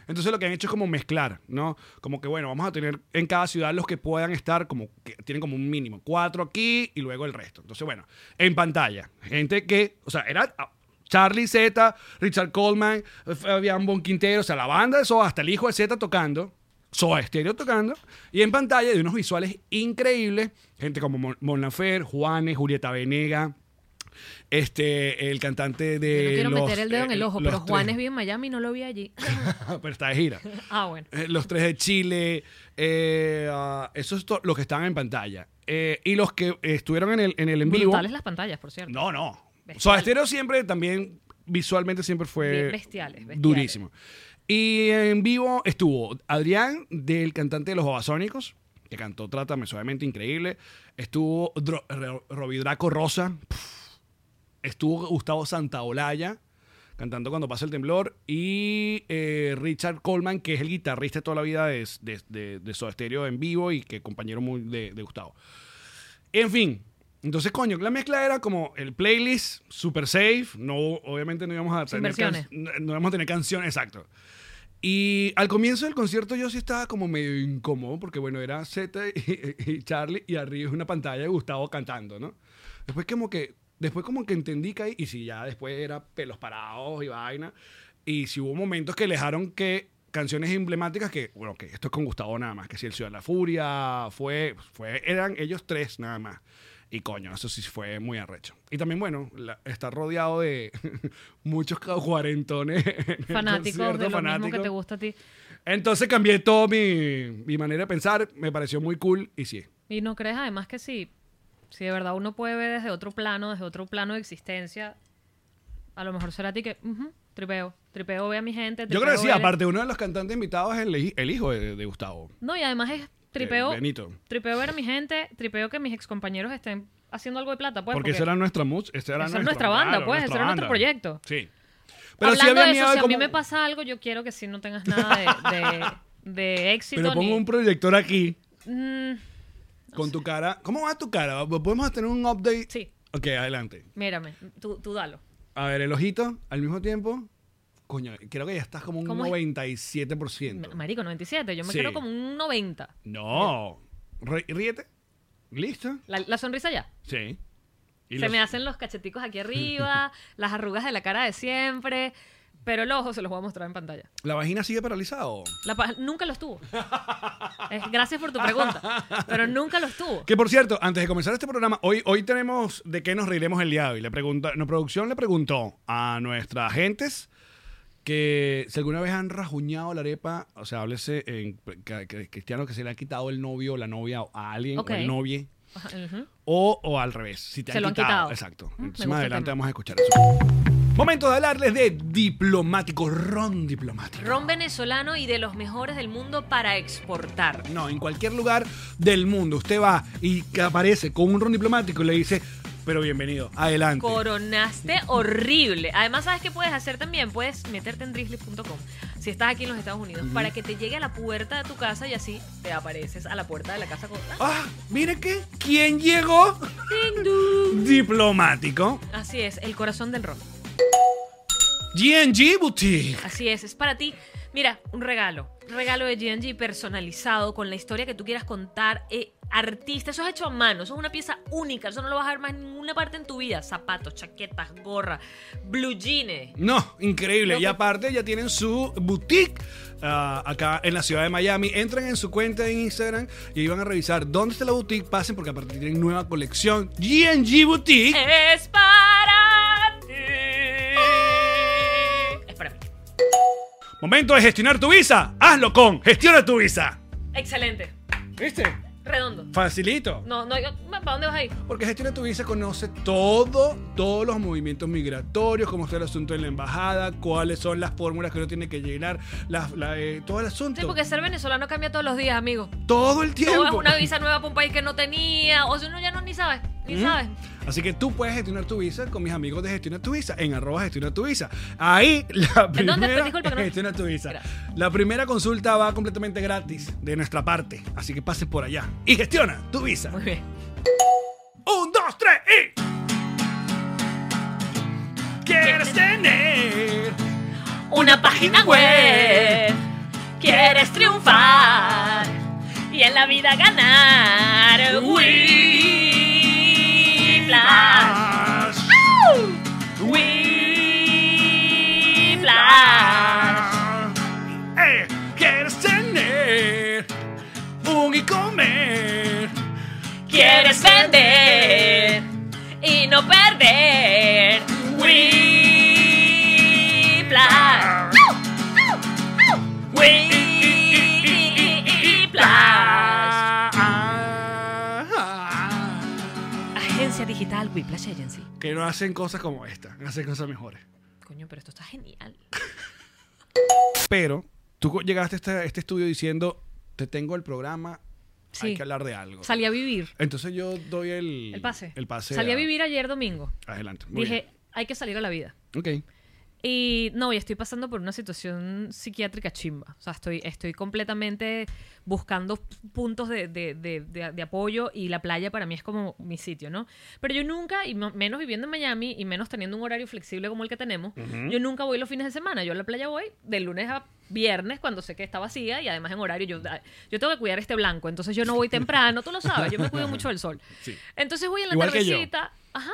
C: Entonces lo que han hecho es como mezclar, ¿no? Como que bueno, vamos a tener en cada ciudad los que puedan estar como que tienen como un mínimo, cuatro aquí y luego el resto. Entonces, bueno, en pantalla, gente que, o sea, era ah, Charlie Z, Richard Coleman, Fabián Bon Quintero, o sea, la banda de Soda, hasta el hijo de Z tocando. Soda Estéreo tocando y en pantalla de unos visuales increíbles, gente como Mon, Mon Laferte, Juanes, Julieta Venega, este el cantante de
D: Yo no quiero
C: los,
D: meter el dedo en
C: eh,
D: el ojo,
C: los
D: pero
C: tres-
D: Juan es bien Miami y no lo vi allí. *laughs*
C: pero está de gira.
D: ah, bueno.
C: Eh, los tres de Chile, eh, ah, esos to- los que están en pantalla. Eh, y los que estuvieron en el en, el en vivo.
D: Brutales las pantallas, por cierto.
C: No, no.
D: Bestial.
C: Soda Stereo siempre también, visualmente siempre fue
D: Bien, bestiales, bestiales.
C: durísimo. Y en vivo estuvo Adrián, del cantante de Los Babasónicos, que cantó Trátame Suavemente, increíble. Estuvo Dro- Ro- Robidraco Rosa. Pff. Estuvo Gustavo Santaolalla cantando Cuando pasa el temblor. Y eh, Richard Coleman, que es el guitarrista de toda la vida de, de, de- de Soda Stereo en vivo y que compañero muy de- de Gustavo. En fin. Entonces, coño, la mezcla era como el playlist, super safe. No, obviamente no íbamos a
D: Sin
C: tener
D: versiones.
C: can- no, no íbamos a tener canciones, exacto. Y al comienzo del concierto yo sí estaba como medio incómodo porque, bueno, era Z y, *laughs* y Charlie y arriba es una pantalla de Gustavo cantando, ¿no? Después como que, después como que entendí que ahí, y si ya después era pelos parados y vaina, y si hubo momentos que le dejaron que canciones emblemáticas que, bueno, que esto es con Gustavo nada más, que si el Ciudad de la Furia, fue, fue, eran ellos tres nada más. Y coño, eso sí fue muy arrecho. Y también, bueno, la- está rodeado de *laughs* muchos ca- cuarentones. en el
D: Fanáticos
C: concierto,
D: de lo mismo que
C: fanáticos.
D: te gusta a ti.
C: Entonces cambié todo mi, mi manera de pensar, me pareció muy cool y sí.
D: Y no crees además que sí, si de verdad uno puede ver desde otro plano, desde otro plano de existencia, a lo mejor será a ti que ujú, tripeo, tripeo ve a mi gente.
C: Yo
D: tripeo,
C: creo que sí,
D: vele.
C: aparte uno de los cantantes invitados es el, hi- el hijo de, de Gustavo.
D: No, y además es tripeo,
C: Eh, Benito.
D: tripeo ver a mi gente, tripeo que mis excompañeros estén haciendo algo de plata, pues.
C: porque esa era nuestra mus, esa era
D: esa
C: nuestra,
D: era nuestra banda,
C: claro,
D: pues, ese era nuestro
C: banda.
D: proyecto.
C: Sí. Pero sí
D: Hablando
C: había
D: de
C: miedo
D: eso,
C: de
D: si a mí
C: cómo-
D: me pasa algo, yo quiero que si no tengas
C: *laughs*
D: nada de, de, de éxito.
C: Pero
D: ni-
C: pongo un proyector aquí
D: Mm,
C: con tu cara. ¿Cómo va tu cara? ¿Podemos tener un update?
D: Sí.
C: Ok, adelante.
D: mírame, tú, tú dalo.
C: A ver, el ojito al mismo tiempo. Coño, creo que ya estás como un
D: ¿Cómo es?
C: 97%.
D: Marico, 97, yo me
C: Sí.
D: quiero como un 90.
C: No. Rí- Ríete. ¿Listo?
D: La, la sonrisa ya.
C: Sí. Y
D: Se
C: los-
D: me hacen los cacheticos
C: *laughs*
D: aquí arriba, las arrugas de la cara de siempre, pero el ojo se los voy a mostrar en pantalla.
C: ¿La vagina sigue paralizado?
D: La pa- nunca los tuvo. Es- gracias por tu pregunta, pero nunca los tuvo.
C: Que por cierto, antes de comenzar este programa, hoy, hoy tenemos de qué nos reiremos el día de hoy. La pregunta, la producción le preguntó a nuestras gentes que si alguna vez han rajuñado la arepa, o sea, háblese en ca- ca- cristiano que se le ha quitado el novio o la novia a alguien
D: Ok.
C: o el novie.
D: Ajá, ujú.
C: O, o al revés, si te
D: Se
C: han
D: lo han
C: quitado.
D: quitado.
C: Exacto.
D: Mm, me
C: Entonces,
D: gusta
C: más
D: el
C: adelante
D: tema.
C: vamos a escuchar eso. Momento de hablarles de diplomático, ron diplomático.
D: Ron venezolano y de los mejores del mundo para exportar.
C: No, en cualquier lugar del mundo. Usted va y que aparece con un ron diplomático y le dice, pero bienvenido, adelante.
D: Coronaste horrible. Además, ¿sabes qué puedes hacer también? Puedes meterte en drizzly.com si estás aquí en los Estados Unidos para que te llegue a la puerta de tu casa y así te apareces a la puerta de la casa con... ¡Ah!
C: Ah, mire que, ¿quién llegó?
D: ¡Ding, dong!
C: Diplomático.
D: Así es, el corazón del ron.
C: GNG Boutique.
D: Así es, es para ti. Mira, un regalo. Un regalo de GNG personalizado con la historia que tú quieras contar. eh, artista, eso es hecho a mano, eso es una pieza única, eso no lo vas a ver más en ninguna parte en tu vida. Zapatos, chaquetas, gorra, blue jeans.
C: No, increíble.
D: No,
C: y
D: pues-
C: aparte ya tienen su boutique ah, acá en la ciudad de Miami. Entran en su cuenta en Instagram y ahí van a revisar dónde está la boutique. Pasen porque aparte tienen nueva colección. GNG Boutique.
D: Es para ti. Es para mí.
C: Momento de gestionar tu visa. Hazlo con Gestiona tu visa.
D: Excelente.
C: ¿Viste?
D: Redondo.
C: Facilito.
D: No, no, yo- ¿para dónde vas a ir?
C: Porque Gestiona tu Visa conoce todo, todos los movimientos migratorios, cómo está el asunto en la embajada, cuáles son las fórmulas que uno tiene que llenar, las- la, eh, todo el asunto.
D: Sí, porque ser venezolano cambia todos los días, amigo.
C: Todo el tiempo.
D: Todo es una visa nueva para un país que no tenía. O si uno ya no ni sabe, ni sabe.
C: Así que tú puedes gestionar tu visa con mis amigos de Gestiona tu Visa en arroba Gestiona tu Visa. Ahí la
D: ¿En dónde?
C: primera
D: Disculpa, que no-
C: Gestiona tu Visa.
D: Gracias.
C: La primera consulta va completamente gratis de nuestra parte, así que pases por allá y gestiona tu visa.
D: Muy bien.
C: Un, dos, tres y. Quieres tener
D: una página web. Quieres triunfar y en la vida ganar. Whiplash,
C: más.
D: whiplash.
C: Eh, Quieres tener un y comer.
D: Quieres vender y no perder. Whiplash. Whiplash. Agencia digital Whiplash Agency.
C: Que no hacen cosas como esta, hacen cosas mejores.
D: Coño, pero esto está genial.
C: Pero tú co- llegaste a este, a este estudio diciendo, te tengo el programa hay
D: Sí.
C: que hablar de algo.
D: Salí a vivir.
C: Entonces yo doy el,
D: El pase.
C: El pase.
D: Salí a vivir ayer domingo.
C: Adelante. Muy
D: Dije, hay que salir a la vida.
C: bien. Ok.
D: Y no, y estoy pasando por una situación psiquiátrica chimba. O sea, estoy, estoy completamente buscando puntos de, de- de- de- de apoyo y la playa para mí es como mi sitio, ¿no? Pero yo nunca, y mo- menos viviendo en Miami y menos teniendo un horario flexible como el que tenemos, yo nunca voy los fines de semana. Yo a la playa voy de lunes a viernes cuando sé que está vacía y además en horario yo, yo tengo que cuidar este blanco, entonces yo no voy temprano, tú lo sabes, yo me cuido mucho del sol.
C: Sí.
D: Entonces voy en la
C: Igual que yo.
D: tardecita. Ajá.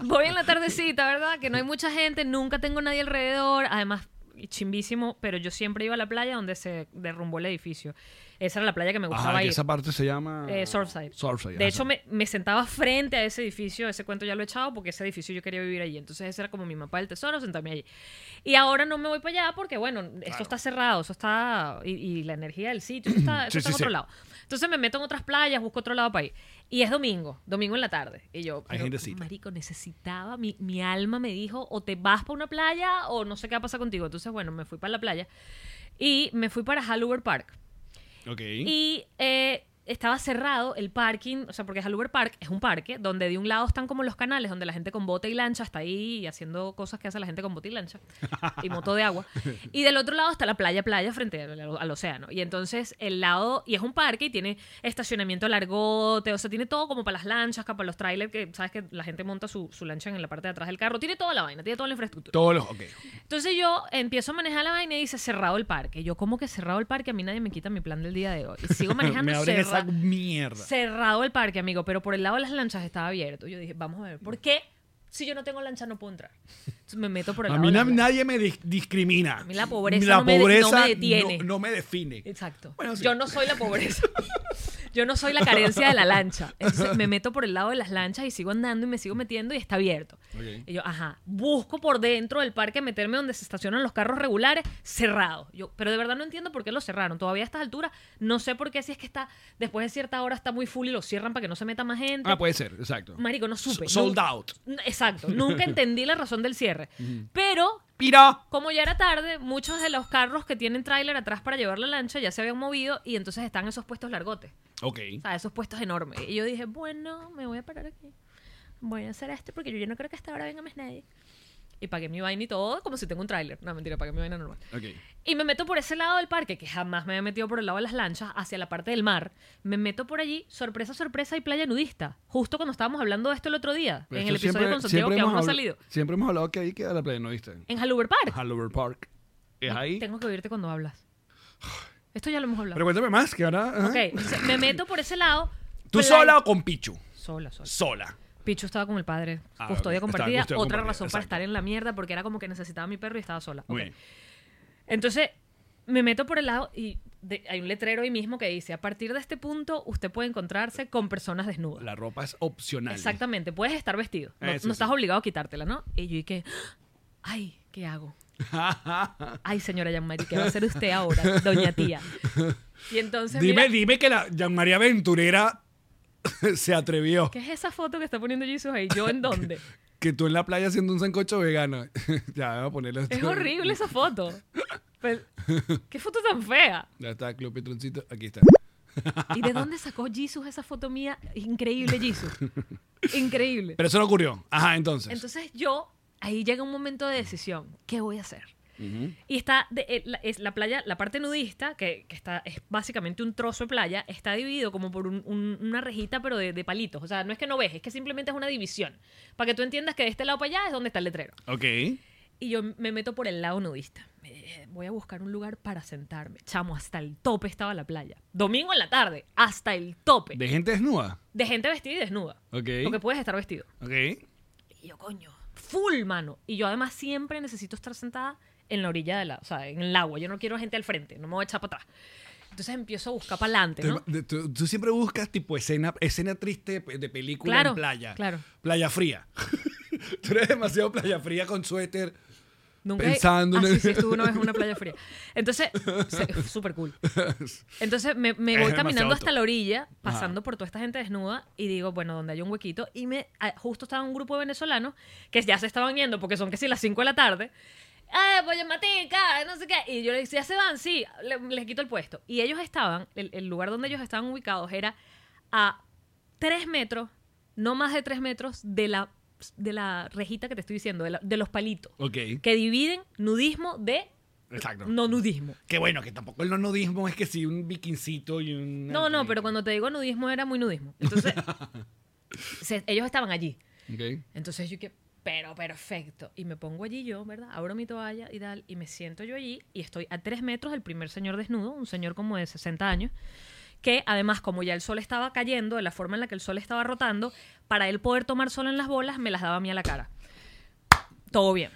D: Voy en la tardecita, ¿verdad? Que no hay mucha gente, nunca tengo nadie alrededor. Además, chimbísimo, pero yo siempre iba a la playa donde se derrumbó el edificio. Esa era la playa que me gustaba
C: Ajá, que
D: ir.
C: esa parte se llama.
D: Eh, Surfside.
C: Surfside.
D: De
C: ajá.
D: hecho, me, me sentaba frente a ese edificio, ese cuento ya lo he echado, porque ese edificio yo quería vivir allí. Entonces, ese era como mi mapa del tesoro, sentarme allí. Y ahora no me voy para allá porque, bueno, esto está cerrado, eso está. Y, y la energía del sitio,
C: *clears throat*
D: eso está, eso
C: Sí,
D: está en
C: sí,
D: otro
C: sí.
D: lado. Entonces, me meto en otras playas, busco otro lado para ir. Y es domingo, domingo en la tarde. Y yo,
C: Hay
D: pero,
C: gentecita.
D: marico, necesitaba, mi, mi alma me dijo, o te vas para una playa o no sé qué va a pasar contigo. Entonces, bueno, me fui para la playa y me fui para Hallower Park.
C: Ok.
D: Y eh, estaba cerrado el parking, o sea, porque Halluber Park es un parque donde de un lado están como los canales donde la gente con bote y lancha está ahí haciendo cosas que hace la gente con bote y lancha y moto de agua. Y del otro lado está la playa, playa frente al, al océano. Y entonces el lado, y es un parque y tiene estacionamiento largote, o sea, tiene todo como para las lanchas, para los trailers, que sabes que la gente monta su, su lancha en la parte de atrás del carro. Tiene toda la vaina, tiene toda la infraestructura.
C: Todos los. Ok.
D: Entonces yo empiezo a manejar la vaina y dice cerrado el parque. Yo, como que cerrado el parque? A mí nadie me quita mi plan del día de hoy. Y
C: *laughs*
D: sigo manejando
C: me abren esa
D: cerra-
C: mierda.
D: cerrado el parque, amigo. Pero por el lado de las lanchas estaba abierto. Yo dije, vamos a ver, ¿por qué si yo no tengo lancha no puedo entrar? Entonces me meto por el
C: A
D: lado
C: mí
D: de
C: na-
D: las lanchas.
C: nadie me dis- discrimina.
D: A mí la pobreza
C: La
D: no me de- no me
C: pobreza
D: detiene. Eh,
C: no- no me define.
D: Exacto.
C: Bueno, sí.
D: Yo no soy la pobreza. *laughs* Yo no soy la carencia de la lancha. Entonces me meto por el lado de las lanchas y sigo andando y me sigo metiendo y está abierto.
C: Ok.
D: Y yo, ajá, busco por dentro del parque meterme donde se estacionan los carros regulares, cerrado. Yo, pero de verdad no entiendo por qué lo cerraron. Todavía a estas alturas, no sé por qué si es que está, después de cierta hora está muy full y lo cierran para que no se meta más gente.
C: Ah, puede ser, exacto.
D: Marico, no supe.
C: S- Sold
D: Nun-
C: out.
D: N- Exacto. Nunca entendí la razón del cierre. Pero
C: Pira.
D: como ya era tarde, muchos de los carros que tienen tráiler atrás para llevar la lancha ya se habían movido y entonces están esos puestos largotes,
C: Ok.
D: o sea, esos puestos enormes. Y yo dije, bueno, me voy a parar aquí. Voy a hacer esto porque yo ya no creo que hasta ahora venga más nadie. Y pagué mi vaina y todo, como si tengo un tráiler. No, mentira, pagué mi vaina normal.
C: Ok.
D: Y me meto por ese lado del parque, que jamás me había metido por el lado de las lanchas, hacia la parte del mar. Me meto por allí, sorpresa, sorpresa, hay playa nudista. Justo cuando estábamos hablando de esto el otro día, en el
C: Esto
D: episodio
C: siempre-
D: con Santiago
C: siempre
D: que
C: hemos
D: aún no ha
C: habl-
D: salido.
C: Siempre hemos hablado que ahí queda la playa, ¿no viste?
D: En Halluber Park.
C: Hallover Park. Es ahí.
D: Tengo que oírte cuando hablas. Esto ya lo hemos
C: Pero
D: hablado.
C: cuéntame más, que ahora. ajá.
D: Ok, Pues entonces me meto por ese lado.
C: ¿Tú
D: Plan-
C: sola o con Pichu?
D: Sola, sola.
C: Sola.
D: Pichu estaba con el padre.
C: Ah,
D: custodia
C: ok, estaba
D: compartida.
C: custodia
D: Otra
C: compartida,
D: razón para
C: exacto.
D: estar en la mierda porque era como que necesitaba a mi perro y estaba sola.
C: Muy
D: Ok.
C: bien.
D: Entonces, me meto por el lado y de- hay un letrero ahí mismo que dice, a partir de este punto usted puede encontrarse con personas desnudas.
C: La ropa es opcional.
D: Exactamente, puedes estar vestido. No,
C: Eso
D: no
C: sí.
D: estás obligado a quitártela, ¿no? Y yo dije, ay,
C: *laughs*
D: ¿qué hago? Ay, señora Jean-Marie, ¿qué va a hacer usted ahora, doña tía? Y entonces,
C: dime,
D: mira,
C: dime que la Jean María Aventurera *laughs* se atrevió.
D: ¿qué es esa foto que está poniendo Jesus ahí? ¿Yo en dónde?
C: *laughs* Que tú en la playa haciendo un sancocho vegano. *laughs* ya, vamos a ponerlo.
D: Es horrible esa foto. Pero, ¿Qué foto tan fea?
C: Ya está, Club Petroncito. Aquí está.
D: ¿Y de dónde sacó Jesus esa foto mía? Increíble,
C: *laughs*
D: Jesus. Increíble.
C: Pero eso no ocurrió. Ajá, entonces.
D: Entonces yo, ahí llega un momento de decisión. ¿Qué voy a hacer? Y está de- eh, la, es la playa, la parte nudista, que, que está, es básicamente un trozo de playa, está dividido como por un- un- una rejita, pero de, de palitos. O sea, no es que no ves, es que simplemente es una división. Para que tú entiendas que de este lado para allá es donde está el letrero.
C: ok.
D: Y yo me meto por el lado nudista. Me dije, Voy a buscar un lugar para sentarme. Chamo, hasta el tope estaba la playa. Domingo en la tarde, hasta el tope.
C: ¿De gente desnuda?
D: de gente vestida y desnuda.
C: Ok.
D: Porque puedes estar vestido.
C: Ok.
D: Y yo, coño, full mano. Y yo además siempre necesito estar sentada en la orilla de la, o sea, en el agua. Yo no quiero gente al frente, no me voy a echar para atrás. Entonces empiezo a buscar para adelante, ¿no?
C: Tú, tú- tú siempre buscas tipo escena, escena triste de pe- de película
D: Claro,
C: en playa.
D: claro.
C: Playa fría. *laughs* tú eres demasiado playa fría con suéter.
D: Nunca
C: Pensando en
D: en
C: el-
D: sí, estuve una vez en una
C: *laughs*
D: playa fría. Entonces, se- súper cool. Entonces me, me
C: Es
D: voy
C: demasiado
D: caminando
C: top.
D: hasta la orilla, pasando por toda esta gente desnuda, y digo, bueno, donde hay un huequito, y me a- justo estaba un grupo de venezolanos que ya se estaban yendo porque son casi las 5 de la tarde. "Ah, pues ¡ay, pollo matica! No sé qué. Y yo le decía, ¿ya se van? Sí, le- les quito el puesto. Y ellos estaban, el, el lugar donde ellos estaban ubicados era a tres metros, no más de tres metros, de la, de la rejita que te estoy diciendo, de, la- de los palitos.
C: Ok.
D: Que dividen nudismo de
C: Exacto.
D: no nudismo.
C: Qué bueno, que tampoco el no nudismo es que si un bikincito y un.
D: No, no, pero cuando te digo nudismo era muy nudismo. Entonces, se- ellos estaban allí.
C: Ok.
D: Entonces yo que, pero perfecto. Y me pongo allí yo, ¿verdad? Abro mi toalla y tal, y me siento yo allí y estoy a tres metros del primer señor desnudo, un señor como de 60 años, que además como ya el sol estaba cayendo, de la forma en la que el sol estaba rotando, para él poder tomar sol en las bolas, me las daba a mí a la cara. Todo bien.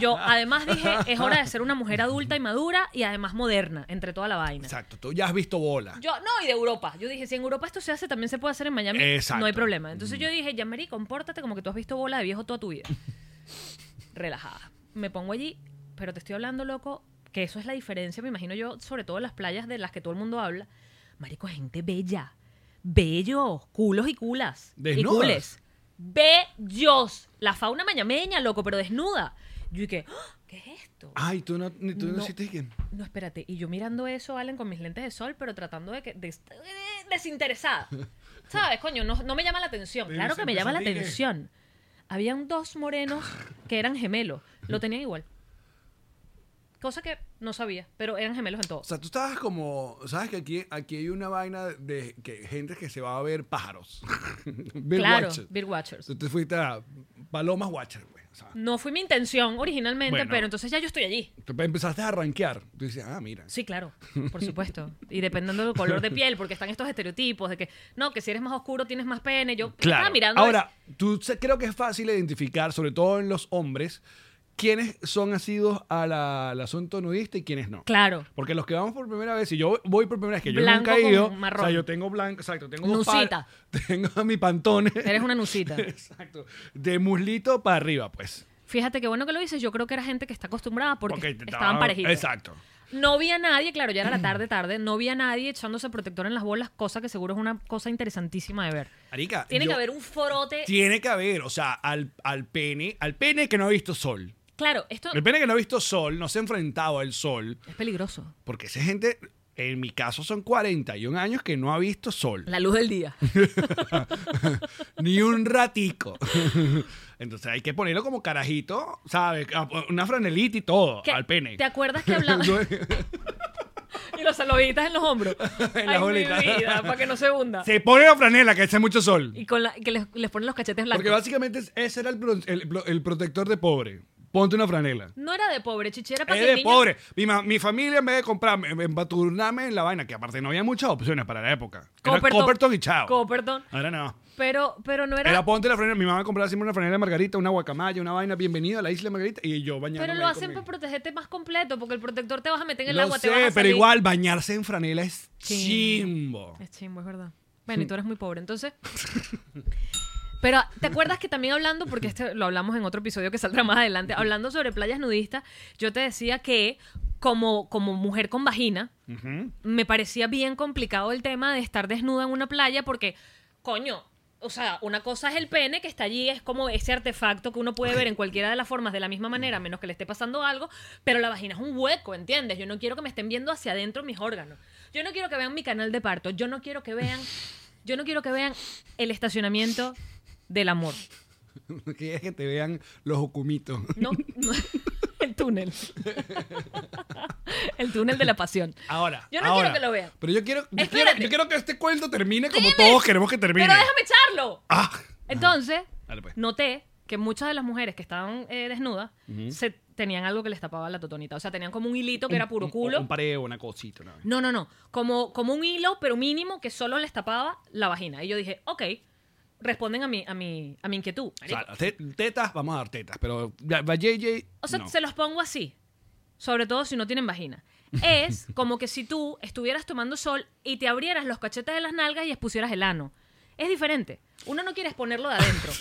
D: Yo además dije, es hora de ser una mujer adulta y madura y además moderna, entre toda la vaina.
C: Exacto, tú ya has visto bola.
D: Yo, no, y de Europa. Yo dije, si en Europa esto se hace, también se puede hacer en Miami.
C: Exacto. Mm.
D: No hay problema. Entonces yo dije, Yamari, compórtate como que tú has visto bola de viejo toda tu vida. *laughs* Relajada. Me pongo allí, pero te estoy hablando, loco, que eso es la diferencia, me imagino yo, sobre todo en las playas de las que todo el mundo habla. Marico, gente bella. Bellos. Culos y culas.
C: Desnudas.
D: Y cules. Bellos. La fauna mañameña, loco, pero desnuda. Yo dije, ¡Ah! ¿qué es esto?
C: Ay, tú no, ni tú no,
D: No.
C: hiciste que-
D: No, espérate. Y yo mirando eso, Allen, con mis lentes de sol, pero tratando de que. de- eh,
C: *laughs*
D: desinteresada. ¿Sabes, coño? No, no me llama la atención.
C: Pero
D: Claro que me llama la
C: siempre sentí que-
D: atención. Habían dos morenos que eran gemelos. Lo tenían igual. Cosa que no sabía, pero eran gemelos en todo.
C: O sea, tú estabas como. Sabes que aquí, aquí hay una vaina de que gente que se va a ver pájaros. *laughs* Bird
D: claro,
C: watchers.
D: Beer Watchers. Mm.
C: Tú te fuiste a Palomas Watcher, pues. O sea,
D: No fue mi intención originalmente,
C: Bueno.
D: pero entonces ya yo estoy allí.
C: tú empezaste a rankear. Tú dices, ah, mira.
D: Sí, claro, por supuesto. Y dependiendo del color de piel, porque están estos estereotipos de que, no, que si eres más oscuro tienes más pene. Yo estaba mirando.
C: Ahora, tú se- creo que es fácil identificar, sobre todo en los hombres, quiénes son asidos a la- al asunto nudista y quiénes no.
D: Claro.
C: Porque los que vamos por primera vez, si yo voy por primera vez, que yo
D: Blanco
C: nunca he ido,
D: con marrón.
C: o sea, yo tengo blanco, exacto, tengo dos
D: Nusita.
C: par- *laughs* tengo mi pantone,
D: Eres una nucita.
C: *laughs* exacto, de muslito para arriba, pues.
D: Fíjate qué bueno que lo dices. Yo creo que era gente que está acostumbrada porque
C: Porque te
D: estaban parejitos.
C: Exacto.
D: No vi a nadie, claro, ya era
C: *clears throat*
D: la tarde, tarde. No vi a nadie echándose protector en las bolas, cosa que seguro es una cosa interesantísima de ver.
C: Arica,
D: Tiene
C: yo-
D: que haber un forote.
C: Tiene que haber, o sea, al, al pene, al pene que no ha visto sol.
D: Claro, esto
C: El pene que no ha visto sol, no se ha enfrentado al sol,
D: es peligroso.
C: porque esa gente, en mi caso son 41 años que no ha visto sol,
D: La luz
C: *laughs*
D: del día.
C: ni un ratico. *laughs* Entonces hay que ponerlo como carajito, ¿sabes? A- Una franelita y todo,
D: ¿Qué-
C: al pene.
D: ¿Te acuerdas que
C: *laughs*
D: hablamos? *laughs* y los saluditas en los hombros.
C: En
D: Ay,
C: las bolitas.
D: mi vida, para que no se hunda.
C: se pone la franela que hace mucho sol.
D: Y con la, que les, les ponen los cachetes
C: Porque
D: blancos.
C: básicamente ese era el, pro- el pro- el protector de pobre. Ponte una franela.
D: No era de pobre, chichera para
C: Es
D: que el
C: de
D: niño-
C: pobre. Mi, ma- mi familia en vez de comprarme, en- embatuznarme en la vaina, que aparte no había muchas opciones para la época. Era
D: Copperton.
C: Copperton y chao.
D: Copperton.
C: Ahora no.
D: Pero, pero no era.
C: Era ponte la franela. Mi mamá compraba siempre una franela de margarita, una guacamaya, una vaina. Bienvenida a la isla de margarita. Y yo bañándome
D: Pero lo
C: ahí
D: hacen
C: con
D: para
C: mi-
D: protegerte más completo, porque el protector te vas a meter en el
C: Lo
D: agua,
C: sé,
D: te vas a
C: pero
D: salir.
C: igual bañarse en franela es
D: Sí.
C: chimbo.
D: Es chimbo, es verdad. Bueno, y tú eres muy
C: *laughs*
D: pobre, entonces. Pero, ¿te acuerdas que también hablando, porque este lo hablamos en otro episodio que saldrá más adelante, hablando sobre playas nudistas, yo te decía que como, como mujer con vagina, me parecía bien complicado el tema de estar desnuda en una playa porque, coño, o sea, una cosa es el pene que está allí, es como ese artefacto que uno puede ver en cualquiera de las formas de la misma manera, a menos que le esté pasando algo, pero la vagina es un hueco, ¿entiendes? Yo no quiero que me estén viendo hacia adentro mis órganos. Yo no quiero que vean mi canal de parto, yo no quiero que vean, yo no quiero que vean el estacionamiento del amor.
C: *laughs* Quieres que te vean los ocumitos.
D: No, *laughs* no, el túnel. *laughs* el túnel de la pasión.
C: Ahora.
D: Yo no
C: ahora.
D: quiero que lo vean.
C: Pero yo quiero, yo quiero,
D: Espérate.
C: yo quiero que este cuento termine como
D: Dime.
C: todos queremos que termine.
D: Pero déjame echarlo.
C: Ah.
D: Entonces,
C: Dale, pues.
D: noté que muchas de las mujeres que estaban eh, desnudas se tenían algo que les tapaba la totonita. O sea, tenían como un hilito que era puro culo.
C: Un, un pareo, una cosita. una vaina.
D: no, no, no. Como, como un hilo, pero mínimo, que solo les tapaba la vagina. Y yo dije, ok, responden a mi, a mi, a mi inquietud.
C: O
D: marico.
C: sea, te- tetas, vamos a dar tetas, pero ya- va JJ.
D: O sea,
C: no.
D: se los pongo así. Sobre todo si no tienen vagina.
C: *laughs*
D: Es como que si tú estuvieras tomando sol y te abrieras los cachetes de las nalgas y expusieras el ano. Es diferente. Uno no quiere exponerlo
C: *laughs*
D: de adentro.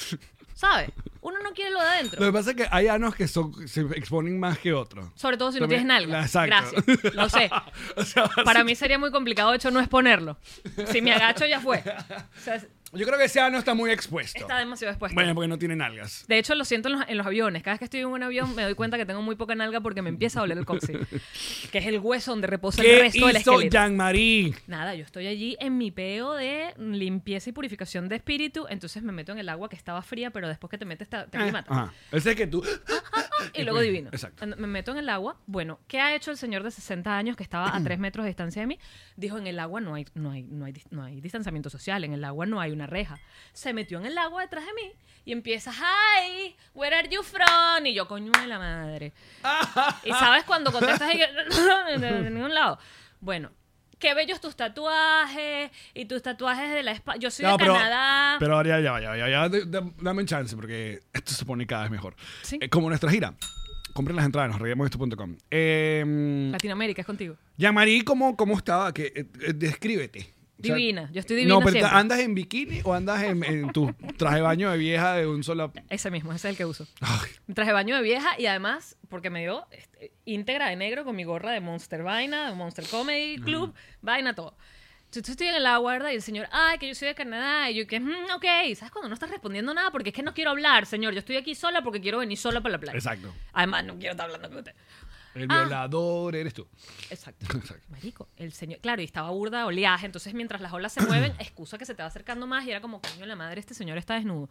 D: ¿Sabes? Uno no quiere lo de
C: Lo
D: adentro.
C: que pasa es que hay anos que son, se exponen más que otros.
D: Sobre todo si no
C: También-
D: tienes
C: la-
D: nalgas.
C: exacto.
D: Gracias. Lo sé.
C: *laughs* O sea,
D: Para mí sería muy complicado, de hecho, no exponerlo. Si me agacho, ya fue. O sea,
C: Yo creo que ese ano está muy expuesto.
D: Está demasiado expuesto.
C: Bueno, pues- porque no tiene nalgas.
D: De hecho, lo siento en los, en los aviones. Cada vez que estoy en un avión me doy cuenta que tengo muy poca nalga porque me empieza a doler el coxis, que es el hueso donde reposa el
C: ¿Qué
D: resto del
C: hizo
D: esqueleto.
C: Jean-Marie?
D: Nada, yo estoy allí en mi peo de limpieza y purificación de espíritu, entonces me meto en el agua que estaba fría, pero después que te metes ta-
C: Ah,
D: te, Ah, mata.
C: Ajá. Ese es que tú.
D: Y luego divino.
C: pues, Exacto.
D: And- Me meto en el agua. Bueno, ¿qué ha hecho el señor de 60 años que estaba a 3 metros de distancia de mí? Dijo, en el agua no hay, no, hay, no, hay, dis- no hay distanciamiento social, en el agua no hay una reja. Se metió en el agua detrás de mí y empieza, hi, where are you from? Y yo, coño de la madre.
C: *laughs*
D: y sabes cuando contestas, y que, *laughs* de ningún lado. Bueno. Qué bellos tus tatuajes y tus tatuajes de la espalda. Yo soy de Canadá.
C: Pero ahora ya, ya, ya, ya, ya, d- d- dame un chance porque esto se pone cada vez mejor.
D: Sí.
C: Eh, como nuestra gira. Compren las entradas, nos reiremos de esto.com. Eh,
D: Latinoamérica es contigo.
C: Yamari, ¿cómo, cómo estaba? Que, eh, eh, descríbete. O sea,
D: Divina, yo estoy divina
C: No, pero
D: siempre.
C: ta- ¿andas en bikini o andas en, en tu traje de baño de vieja de un solo...
D: Ese mismo, ese es el que uso.
C: Ay,
D: Me traje baño de vieja y además, porque me dio este, íntegra de negro con mi gorra de Monster Vaina, de Monster Comedy Club, vaina todo. Entonces estoy en el agua, ¿verdad? Y el señor, ay, que yo soy de Canadá. Y yo, que, "Mm, ok, ¿sabes cuando no estás respondiendo nada? Porque es que no quiero hablar, señor. Yo estoy aquí sola porque quiero venir sola para la playa.
C: exacto.
D: Además, no quiero estar hablando con usted.
C: El
D: Ah.
C: violador eres tú. *laughs*
D: Exacto. Marico, el señor, claro, y estaba burda de oleaje, entonces mientras
C: *clears throat*
D: las olas se mueven, excusa que se te va acercando más y era como, coño, la madre, este señor está desnudo.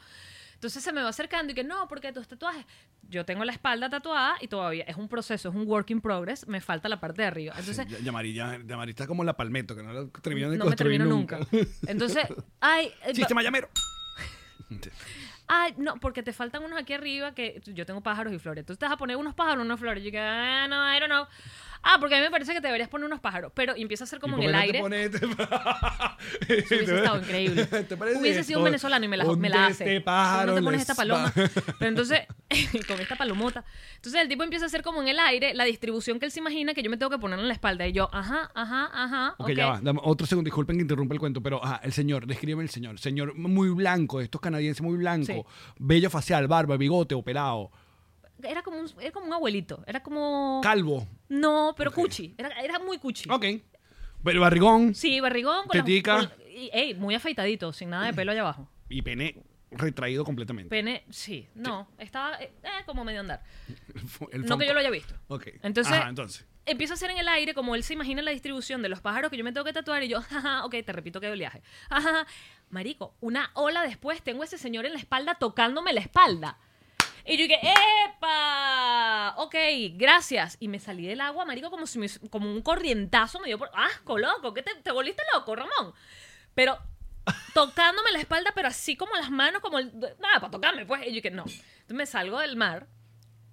D: Entonces se me va acercando y que no, porque tus tatuajes, yo tengo la espalda tatuada y todavía es un proceso, es un work in progress, me falta la parte de arriba. Entonces,
C: Ya- Yamari, ya- Yamari está como la palmeto, que no la terminó de
D: no me
C: construir
D: termino
C: nunca. este
D: nunca.
C: *laughs*
D: Entonces, ay, eh,
C: Sistema
D: *laughs*
C: llamero.
D: Ay, no, porque te faltan unos aquí arriba que yo tengo pájaros y flores. Tú te vas a poner unos pájaros, unas flores. Yo que, ah, no, I don't know. Ah, porque a mí me parece que te deberías poner unos pájaros. Pero y empieza a ser como en
C: ¿Y
D: el
C: por
D: aire.
C: qué no te *laughs* pones-
D: Eso hubiese estado
C: *laughs*
D: increíble.
C: ¿Te parece?
D: Hubiese sido un
C: Por-
D: venezolano y me la, me
C: ¿Dónde
D: la hace.
C: este
D: ¿Por qué
C: pájaro
D: no te pones
C: les
D: esta paloma.
C: va?
D: Pero entonces, *laughs* con esta palomota. Entonces el tipo empieza a hacer como en el aire la distribución que él se imagina que yo me tengo que poner en la espalda. Y yo, ajá, ajá, ajá.
C: *laughs* Ok, ya va. Dame otro segundo. Disculpen que interrumpa el cuento, pero ajá, el señor, descríbeme el señor. Señor muy blanco, estos canadienses muy blanco,
D: Sí.
C: bello facial, barba, bigote, operado,
D: Era como un, era como un abuelito. Era como.
C: calvo.
D: no, pero cuchi. Era, era muy cuchi.
C: Ok. Pero barrigón
D: Sí, barrigón. Con las-
C: Tetica.
D: con la- y, ey, muy afeitadito, sin nada de pelo allá abajo.
C: y pene retraído completamente.
D: Pene, sí, no, estaba eh, eh, como medio andar.
C: El
D: no que
C: fanco-
D: yo lo haya visto.
C: Ok.
D: Entonces,
C: Ajá, entonces.
D: Empieza a hacer en el aire como él se imagina la distribución de los pájaros que yo me tengo que tatuar y yo, jaja, ok, te repito que de oleaje. Ajá, marico, una ola después tengo a ese señor en la espalda tocándome la espalda. Y yo dije, ¡epa! Ok, gracias. Y me salí del agua, marico, como si me, como un corrientazo me dio por... ¡Asco, loco! ¿Qué te, te volviste loco, Ramón? Pero tocándome la espalda, pero así como las manos, como... el- nada, para tocarme, pues. Y yo dije, no. Entonces me salgo del mar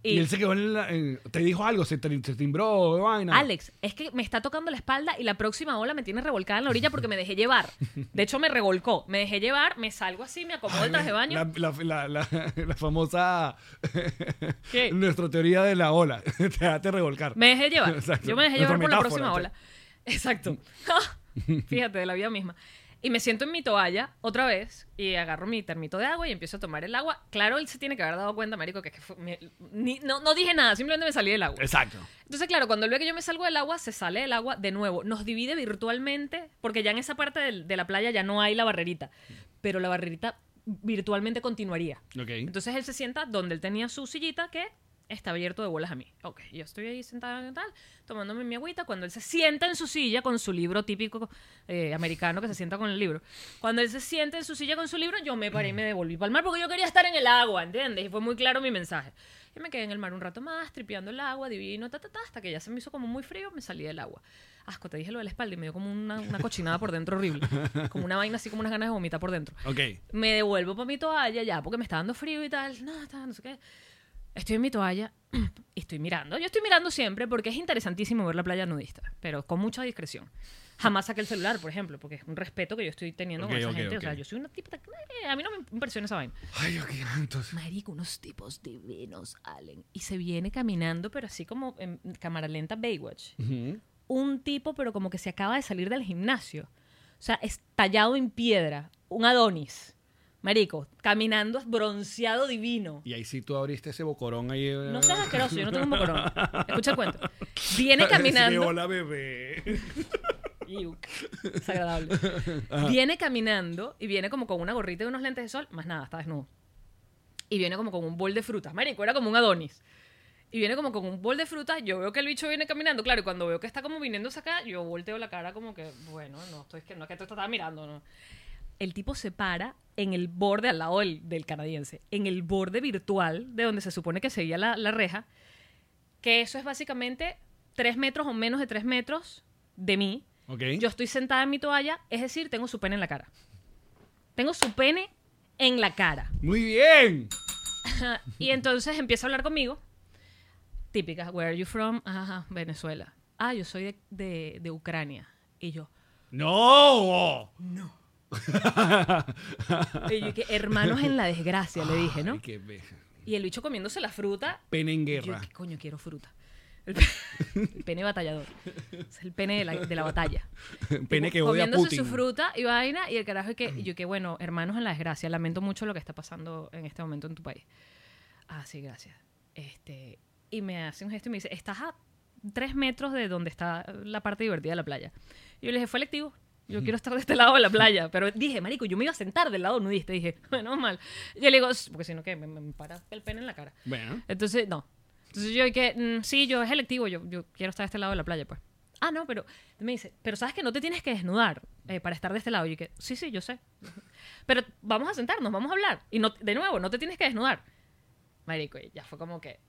C: Y, él se quedó en, la- en- Te dijo algo, se, tri- se timbró, vaina.
D: Alex, es que me está tocando la espalda y la próxima ola me tiene revolcada en la orilla porque me dejé llevar. De hecho, me revolcó. Me dejé llevar, me salgo así, me acomodo el traje de baño.
C: La, la- la- la- *laughs* la famosa. *laughs*
D: ¿Qué?
C: Nuestra teoría de la ola. *laughs* te dejaste revolcar.
D: Me dejé llevar.
C: Exacto.
D: Yo me dejé
C: Nuestra
D: llevar por la
C: metáfora,
D: próxima
C: o sea.
D: ola. *laughs*
C: *laughs*
D: Exacto. Fíjate, de la vida misma. Y me siento en mi toalla otra vez y agarro mi termito de agua y empiezo a tomar el agua. Claro, él se tiene que haber dado cuenta, marico, que es que fue- me- ni- no, no dije nada, simplemente me salí del agua.
C: Exacto.
D: Entonces, claro, cuando él ve que yo me salgo del agua, se sale del agua de nuevo. Nos divide virtualmente, porque ya en esa parte del- de, la playa ya no hay la barrerita. Pero la barrerita virtualmente continuaría.
C: Ok.
D: Entonces él se sienta donde él tenía su sillita, que está abierto de bolas a mí. Ok, yo estoy ahí sentada en tal, tomándome mi agüita. Cuando él se sienta en su silla con su libro típico eh, americano, que se sienta con el libro. Cuando él se sienta en su silla con su libro, yo me paré y me devolví para el mar, porque yo quería estar en el agua, ¿entiendes? Y fue muy claro mi mensaje. Y me quedé en el mar un rato más, tripeando el agua, divino, ta, ta, ta, hasta que ya se me hizo como muy frío, me salí del agua. Asco, te dije lo de la espalda y me dio como una, una cochinada por dentro horrible. Como una vaina así, como unas ganas de vomitar por dentro.
C: Ok.
D: Me devuelvo para mi toalla ya porque me está dando frío y tal. No, está, no sé qué. Estoy en mi toalla *clears throat* y estoy mirando. Yo estoy mirando siempre porque es interesantísimo ver la playa nudista, pero con mucha discreción. Jamás saqué el celular, por ejemplo, porque es un respeto que yo estoy teniendo
C: Ok,
D: con esa
C: ok,
D: gente.
C: ok.
D: O sea, yo soy una tipa... eh, A mí no me impresiona esa vaina.
C: Ay, ok, entonces.
D: Marico, unos tipos divinos, Allen. Y se viene caminando, pero así como en cámara lenta Baywatch. Un tipo, pero como que se acaba de salir del gimnasio. O sea, es tallado en piedra. Un Adonis. Marico, caminando bronceado divino.
C: Y ahí sí tú abriste ese bocorón ahí. eh.
D: No
C: *laughs*
D: seas asqueroso, yo no tengo un bocorón. Escucha el cuento. Viene
C: Sí,
D: caminando.
C: hola, bebé.
D: Iu, desagradable. Viene caminando y viene como con una gorrita y unos lentes de sol, más nada, está desnudo. Y viene como con un bol de frutas. Marico, era como un Adonis. Y viene como con un bol de frutas. Yo veo que el bicho viene caminando. Claro, y cuando veo que está como viniendo hacia acá, yo volteo la cara como que, bueno, no, estoy, que no es que te estaba mirando, ¿no? El tipo se para en el borde, al lado del, del canadiense, en el borde virtual de donde se supone que seguía la, la reja, que eso es básicamente tres metros o menos de tres metros de mí.
C: *laughs* Ok.
D: Yo estoy sentada en mi toalla, es decir, tengo su pene en la cara. Tengo su pene en la cara.
C: Muy bien.
D: *laughs* Y entonces empieza a hablar conmigo. Típica, where are you from? Ajá, ajá, Venezuela. Ah, yo soy de, de- de Ucrania. Y yo,
C: No.
D: y yo que hermanos en la desgracia, le dije, ¿no?
C: Ay, qué bella.
D: Y el bicho comiéndose la fruta.
C: Pene en
D: Yo,
C: guerra.
D: ¿qué coño quiero fruta? *laughs* El, pe- el pene batallador. Es el pene de la, de la batalla.
C: *laughs* Pene que odia a
D: comiéndose
C: Putin.
D: su fruta y vaina y el carajo y que y yo que bueno hermanos en la desgracia lamento mucho lo que está pasando en este momento en tu país ah sí gracias este y me hace un gesto y me dice estás a tres metros de donde está la parte divertida de la playa Y yo le dije fue electivo yo quiero estar de este lado de la playa pero dije marico yo me iba a sentar del lado nudista dije bueno mal yo le digo "S- porque si no que me, me para el pene en la cara
C: Bueno.
D: entonces, no. Entonces yo que, mm, sí, yo es electivo, yo, yo quiero estar de este lado de la playa, pues. Ah, no, pero me dice, pero sabes que no te tienes que desnudar eh, para estar de este lado. Y yo que, sí, sí, yo sé. *laughs* Pero vamos a sentarnos, vamos a hablar. Y no, de nuevo, no te tienes que desnudar. Marico, y ya fue como que,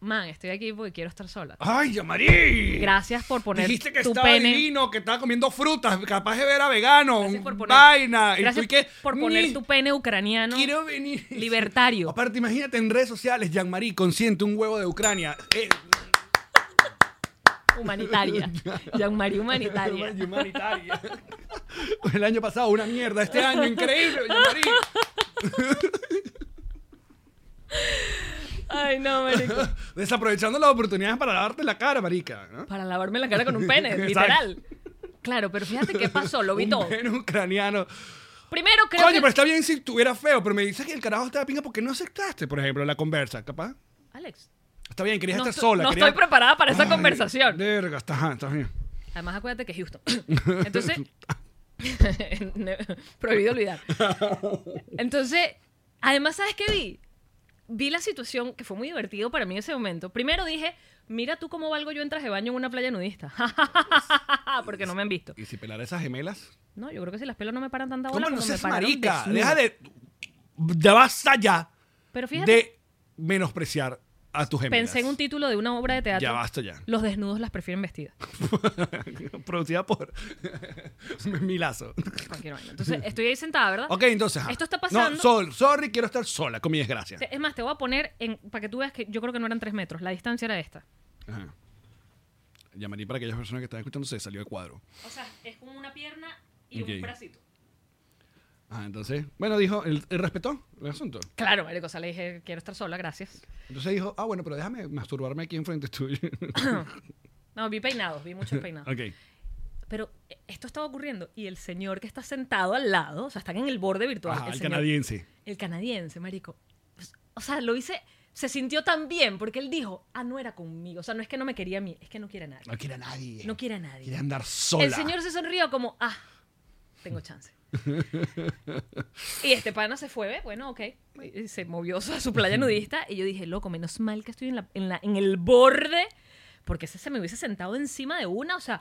D: man, estoy aquí porque quiero estar sola.
C: Ay, Yamari.
D: Gracias por poner
C: Dijiste que
D: tu
C: estaba
D: pene.
C: divino, que estaba comiendo frutas, capaz de ver a vegano,
D: Gracias por poner-
C: vaina. y tú
D: gracias
C: y que,
D: por poner
C: "Ni
D: tu pene ucraniano.
C: Quiero venir. *laughs*
D: libertario.
C: Aparte, imagínate en redes sociales, Jean-Marie consiente un huevo de Ucrania. Eh,
D: Humanitaria.
C: *laughs*
D: Jean-Marie humanitaria.
C: humanitaria. *laughs* El año pasado, una mierda. Este año, increíble, Jean-Marie.
D: Ay, no, marico.
C: Desaprovechando las oportunidades para lavarte la cara, marica. ¿no?
D: Para lavarme la cara con un
C: *laughs*
D: pene,
C: Exacto.
D: literal. Claro, pero fíjate qué pasó, lo vi
C: Un
D: todo.
C: pene ucraniano.
D: Primero creo
C: Coño,
D: que...
C: pero está bien si estuviera feo, pero me dices que el carajo está de pinga porque no aceptaste, por ejemplo, la conversa, capaz.
D: Alex,
C: Está bien, querías
D: no,
C: estar
D: estoy-
C: sola.
D: no
C: querías-
D: estoy preparada para esa
C: Ay,
D: conversación.
C: Verga, está, ajá, está bien.
D: Además, acuérdate que
C: *laughs*
D: es Houston. Entonces... *laughs* ne- Prohibido olvidar. Entonces, además, ¿sabes qué vi? Vi la situación que fue muy divertido para mí en ese momento. Primero dije, mira tú cómo valgo yo en traje de baño en una playa nudista. *laughs* Porque no me han visto.
C: ¿Y si pelara esas gemelas?
D: No, yo creo que si las pelas no me paran tanta bola
C: ¿Cómo no
D: como me
C: seas
D: pararon
C: marica?
D: desnuda.
C: Deja de. Ya basta ya
D: Pero fíjate...
C: de menospreciar a tus gemelas.
D: Pensé en un título de una obra de teatro.
C: Ya basta ya.
D: Los desnudos las prefieren vestidas.
C: *laughs* Producida por Milazo.
D: Cualquier
C: *laughs*
D: vaina. Entonces, estoy ahí sentada, ¿verdad?
C: Ok, entonces. ajá.
D: Esto está pasando.
C: No, sol- sorry, quiero estar sola con mi desgracia.
D: Te- Es más, te voy a poner en, para que tú veas que yo creo que no eran tres metros. La distancia era esta.
C: Ajá. Llamaré para aquellas personas que están escuchando, se salió el cuadro.
D: O sea, es como una pierna
C: y un Ok.
D: bracito.
C: Ajá, entonces, bueno, dijo, él, él respetó el asunto.
D: Claro, marico. O sea, le dije, quiero estar sola, gracias.
C: Entonces dijo, ah, bueno, pero déjame masturbarme aquí enfrente tuyo.
D: No, vi peinados,
C: *laughs*
D: vi muchos peinados.
C: ok.
D: Pero eh, esto estaba ocurriendo y el señor que está sentado al lado, o sea, están en el borde virtual.
C: Ajá, el
D: señor-
C: canadiense.
D: El canadiense, marico. Pues, O sea, lo hice... Se sintió tan bien porque él dijo, ah, no era conmigo. O sea, no es que no me quería a mí, es que no quiere a nadie.
C: No quiere a nadie.
D: No quiere a nadie.
C: Quiere andar sola.
D: El señor se sonrió como, ah, tengo chance. y este pana se fue, ¿ve? bueno, ok. Y Se movió a su playa nudista y yo dije, loco, menos mal que estoy en, la, en, la- en el borde, porque ese se me hubiese sentado encima de una, o sea,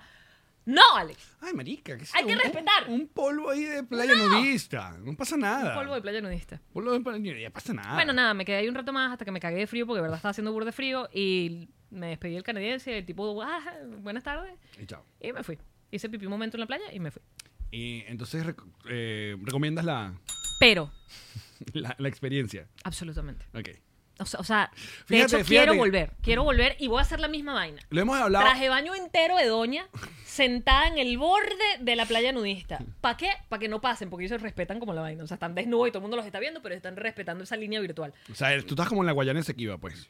D: no, Alex,
C: Ay, marica. ¿qué es
D: Hay
C: eso?
D: que
C: Un-
D: respetar.
C: Un polvo ahí de playa nudista. No pasa nada.
D: polvo de playa nudista.
C: Polvo de playa nudista. pasa nada.
D: Bueno, nada, me quedé ahí un rato más hasta que me cagué de frío porque de verdad estaba haciendo burde frío y me despedí del canadiense, el tipo, ah, buenas tardes,
C: Y chao.
D: y me fui. Hice pipí un momento en la playa y me fui.
C: Y entonces, rec- eh, ¿recomiendas la, *laughs*
D: Pero,
C: la, la experiencia?
D: absolutamente.
C: Ok.
D: O sea, o sea, de
C: Fíjate,
D: hecho,
C: fíjate.
D: quiero volver. Quiero volver y voy a hacer la misma vaina.
C: Lo hemos hablado.
D: Traje baño entero de doña, sentada en el borde de la playa nudista. ¿Para qué? Para que no pasen, porque ellos respetan como la vaina. O sea, están desnudos y todo el mundo los está viendo, pero están respetando esa línea virtual.
C: O sea, tú estás como en la Guayana Esequiba, pues.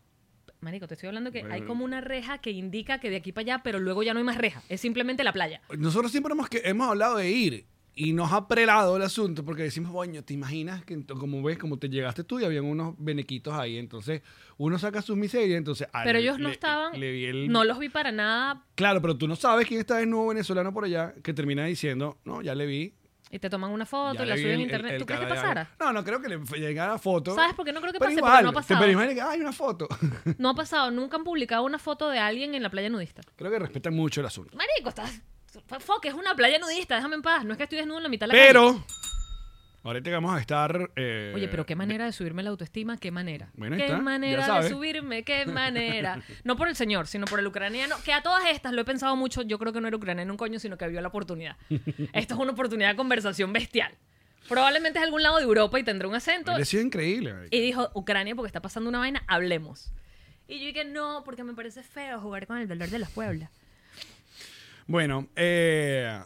D: Marico, te estoy hablando que hay
C: Bueno.
D: como una reja que indica que de aquí para allá, pero luego ya no hay más reja. Es simplemente la playa.
C: Nosotros siempre hemos, que, hemos hablado de ir Y nos ha prelado el asunto porque decimos, bueno, ¿te imaginas que ento- como ves, como te llegaste tú y habían unos benequitos ahí? Entonces, uno saca sus miserias, entonces... al-
D: Pero ellos no
C: Ah, le-
D: estaban,
C: le di el-
D: no los vi para nada
C: Claro, pero tú no sabes quién está de nuevo venezolano por allá que termina diciendo, no, ya le vi.
D: y te toman una foto
C: ya
D: y la
C: le vi
D: suben
C: el-
D: a
C: el-
D: internet.
C: el
D: ¿Tú crees que
C: cara de algo".
D: pasara?
C: No, no creo que le f- llegara la foto.
D: ¿Sabes por qué no creo que
C: Pero
D: pase? Porque
C: igual,
D: no ha
C: te-
D: pasado.
C: Pero imagínate que hay una foto. *laughs*
D: No ha pasado, nunca han publicado una foto de alguien en la playa nudista.
C: creo que respetan mucho el asunto.
D: Marico, estás. Fuck, es una playa nudista, déjame en paz. No es que estoy desnudo en la mitad de la calle.
C: Pero, ahorita que vamos a estar... eh,
D: Oye, pero qué manera de subirme la autoestima, qué manera.
C: Bueno, ahí
D: qué
C: está, ya
D: manera de
C: sabes. *laughs*
D: subirme, qué manera. No por el señor, sino por el ucraniano, que a todas estas lo he pensado mucho, yo creo que no era ucraniano un coño, sino que vio
C: *laughs*
D: la oportunidad. Esto es una oportunidad de conversación bestial. Probablemente es algún lado de Europa y tendrá un acento.
C: Hubiera sido increíble. marico.
D: Y dijo, Ucrania, porque está pasando una vaina, hablemos. Y yo dije, no, porque me parece feo jugar con el dolor de los pueblos.
C: Bueno, eh,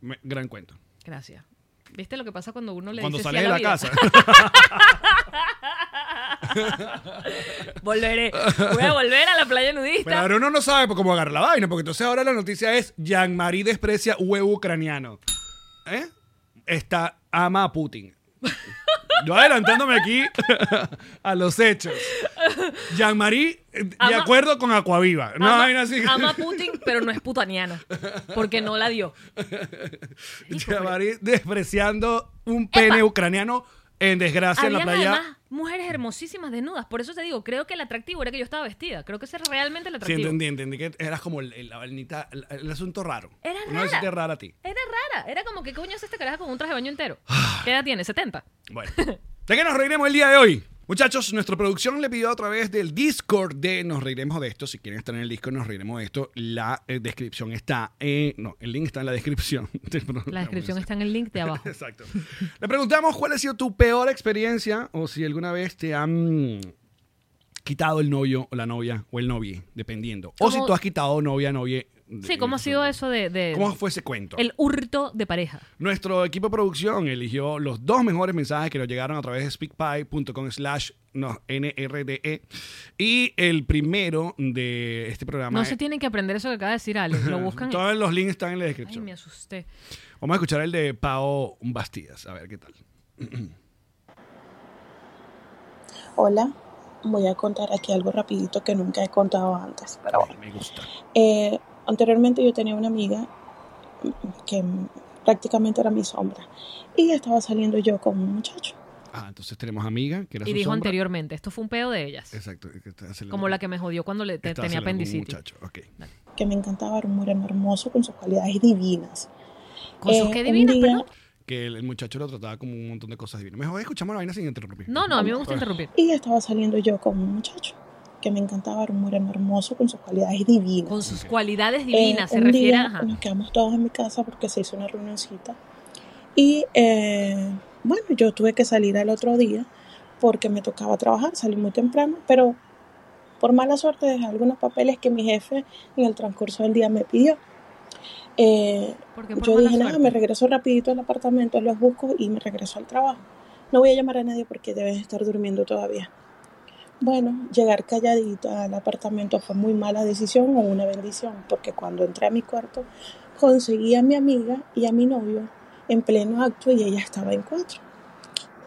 C: me- gran cuento.
D: Gracias. ¿Viste lo que pasa cuando uno le
C: Cuando
D: dice sí
C: sales
D: a
C: de
D: la
C: la
D: vida? *laughs*
C: casa.
D: Volveré. Voy a volver a la
C: *laughs*
D: playa
C: Pero
D: nudista.
C: ahora uno no sabe cómo agarrar la vaina, porque entonces ahora la noticia es Jean-Marie desprecia huevo ucraniano. ¿Eh? Está, ama a
D: *laughs*
C: Putin. Yo adelantándome aquí *laughs* a los hechos. Jean-Marie, eh, de
D: Ama-
C: acuerdo con Aquaviva. No,
D: ama,
C: vaina así.
D: ama a Putin, pero no es putaniana. Porque no la dio.
C: *laughs* Jean-Marie despreciando un pene
D: Epa.
C: ucraniano en desgracia en la
D: Habían
C: playa.
D: además mujeres hermosísimas desnudas. Por eso te digo, creo que el atractivo era que yo estaba vestida. Creo que ese es realmente
C: Sí,
D: el atractivo.
C: entendí, entendí que eras como el, el- la vainita- el- el asunto raro.
D: Era
C: No
D: rara.
C: hiciste rara a ti.
D: Era rara. Era como, ¿qué coño hace esta caraja con un traje de baño entero?
C: Ah.
D: ¿Qué edad tiene? ¿70?
C: Bueno, *laughs* ¿de qué nos reiremos el día de hoy? Muchachos, nuestra producción le pidió a través del Discord de Nos Reiremos de Esto. Si quieren estar en el Discord, Nos Reiremos de Esto. La eh, descripción está en... No, el link está en la descripción. *laughs* del programa.
D: La descripción está en el link de
C: *laughs*
D: abajo.
C: Exacto. Le preguntamos cuál ha sido tu peor experiencia o si alguna vez te han quitado el novio o la novia o el novie, dependiendo. O
D: ¿Cómo-
C: si tú has quitado novia, novie.
D: Sí, ¿cómo ha sido eso de, de-
C: ¿Cómo fue ese cuento?
D: el hurto de pareja?
C: Nuestro equipo de producción eligió los dos mejores mensajes que nos llegaron a través de speakpy.com slash no, NRDE. E. Y el primero de este programa.
D: No se tienen que aprender eso que acaba de decir
C: *laughs*
D: Alex. Lo buscan.
C: Todos los links están en la
D: Ay,
C: descripción.
D: me asusté.
C: Vamos a escuchar el de Pao Bastidas. A ver qué tal.
E: Hola, voy a contar aquí algo rapidito que nunca he contado antes, pero bueno.
C: Me gusta.
E: Eh, anteriormente yo tenía una amiga que prácticamente era mi sombra y estaba saliendo yo con un muchacho.
C: Ah, entonces tenemos amiga que era
D: Y
C: su
D: dijo
C: sombra.
D: anteriormente, esto fue un pedo de ellas.
C: Exacto. que está acelerando-
D: Como la que me jodió cuando le, te-
C: está
D: tenía
C: acelerando un
D: apendicitis.
C: Muchacho. ok.
E: que me encantaba, era un moreno hermoso con sus cualidades divinas.
D: Con sus
E: Eh,
D: que
E: un
D: divinas, pues,
E: día-
D: perdón.
C: Que el, el muchacho lo trataba como un montón de cosas divinas. Mejor escuchamos la vaina sin interrumpir.
D: No, no, a mí me gusta interrumpir.
E: Y estaba saliendo yo con un muchacho que me encantaba, era un moreno hermoso con sus cualidades divinas.
D: Con sus cualidades
E: Eh,
D: divinas, se
E: un
D: refiere
E: día
D: a... ajá.
E: Nos quedamos todos en mi casa porque se hizo una reunioncita. Y eh, bueno, yo tuve que salir al otro día porque me tocaba trabajar, salí muy temprano, pero por mala suerte dejé algunos papeles que mi jefe en el transcurso del día me pidió. Eh,
D: Porque por
E: yo
D: mala
E: dije, nada,
D: suerte.
E: me regreso rapidito al apartamento, los busco y me regreso al trabajo. No voy a llamar a nadie porque deben estar durmiendo todavía. Bueno, llegar calladita al apartamento fue muy mala decisión o una bendición, porque cuando entré a mi cuarto conseguí a mi amiga y a mi novio en pleno acto y ella estaba en cuatro.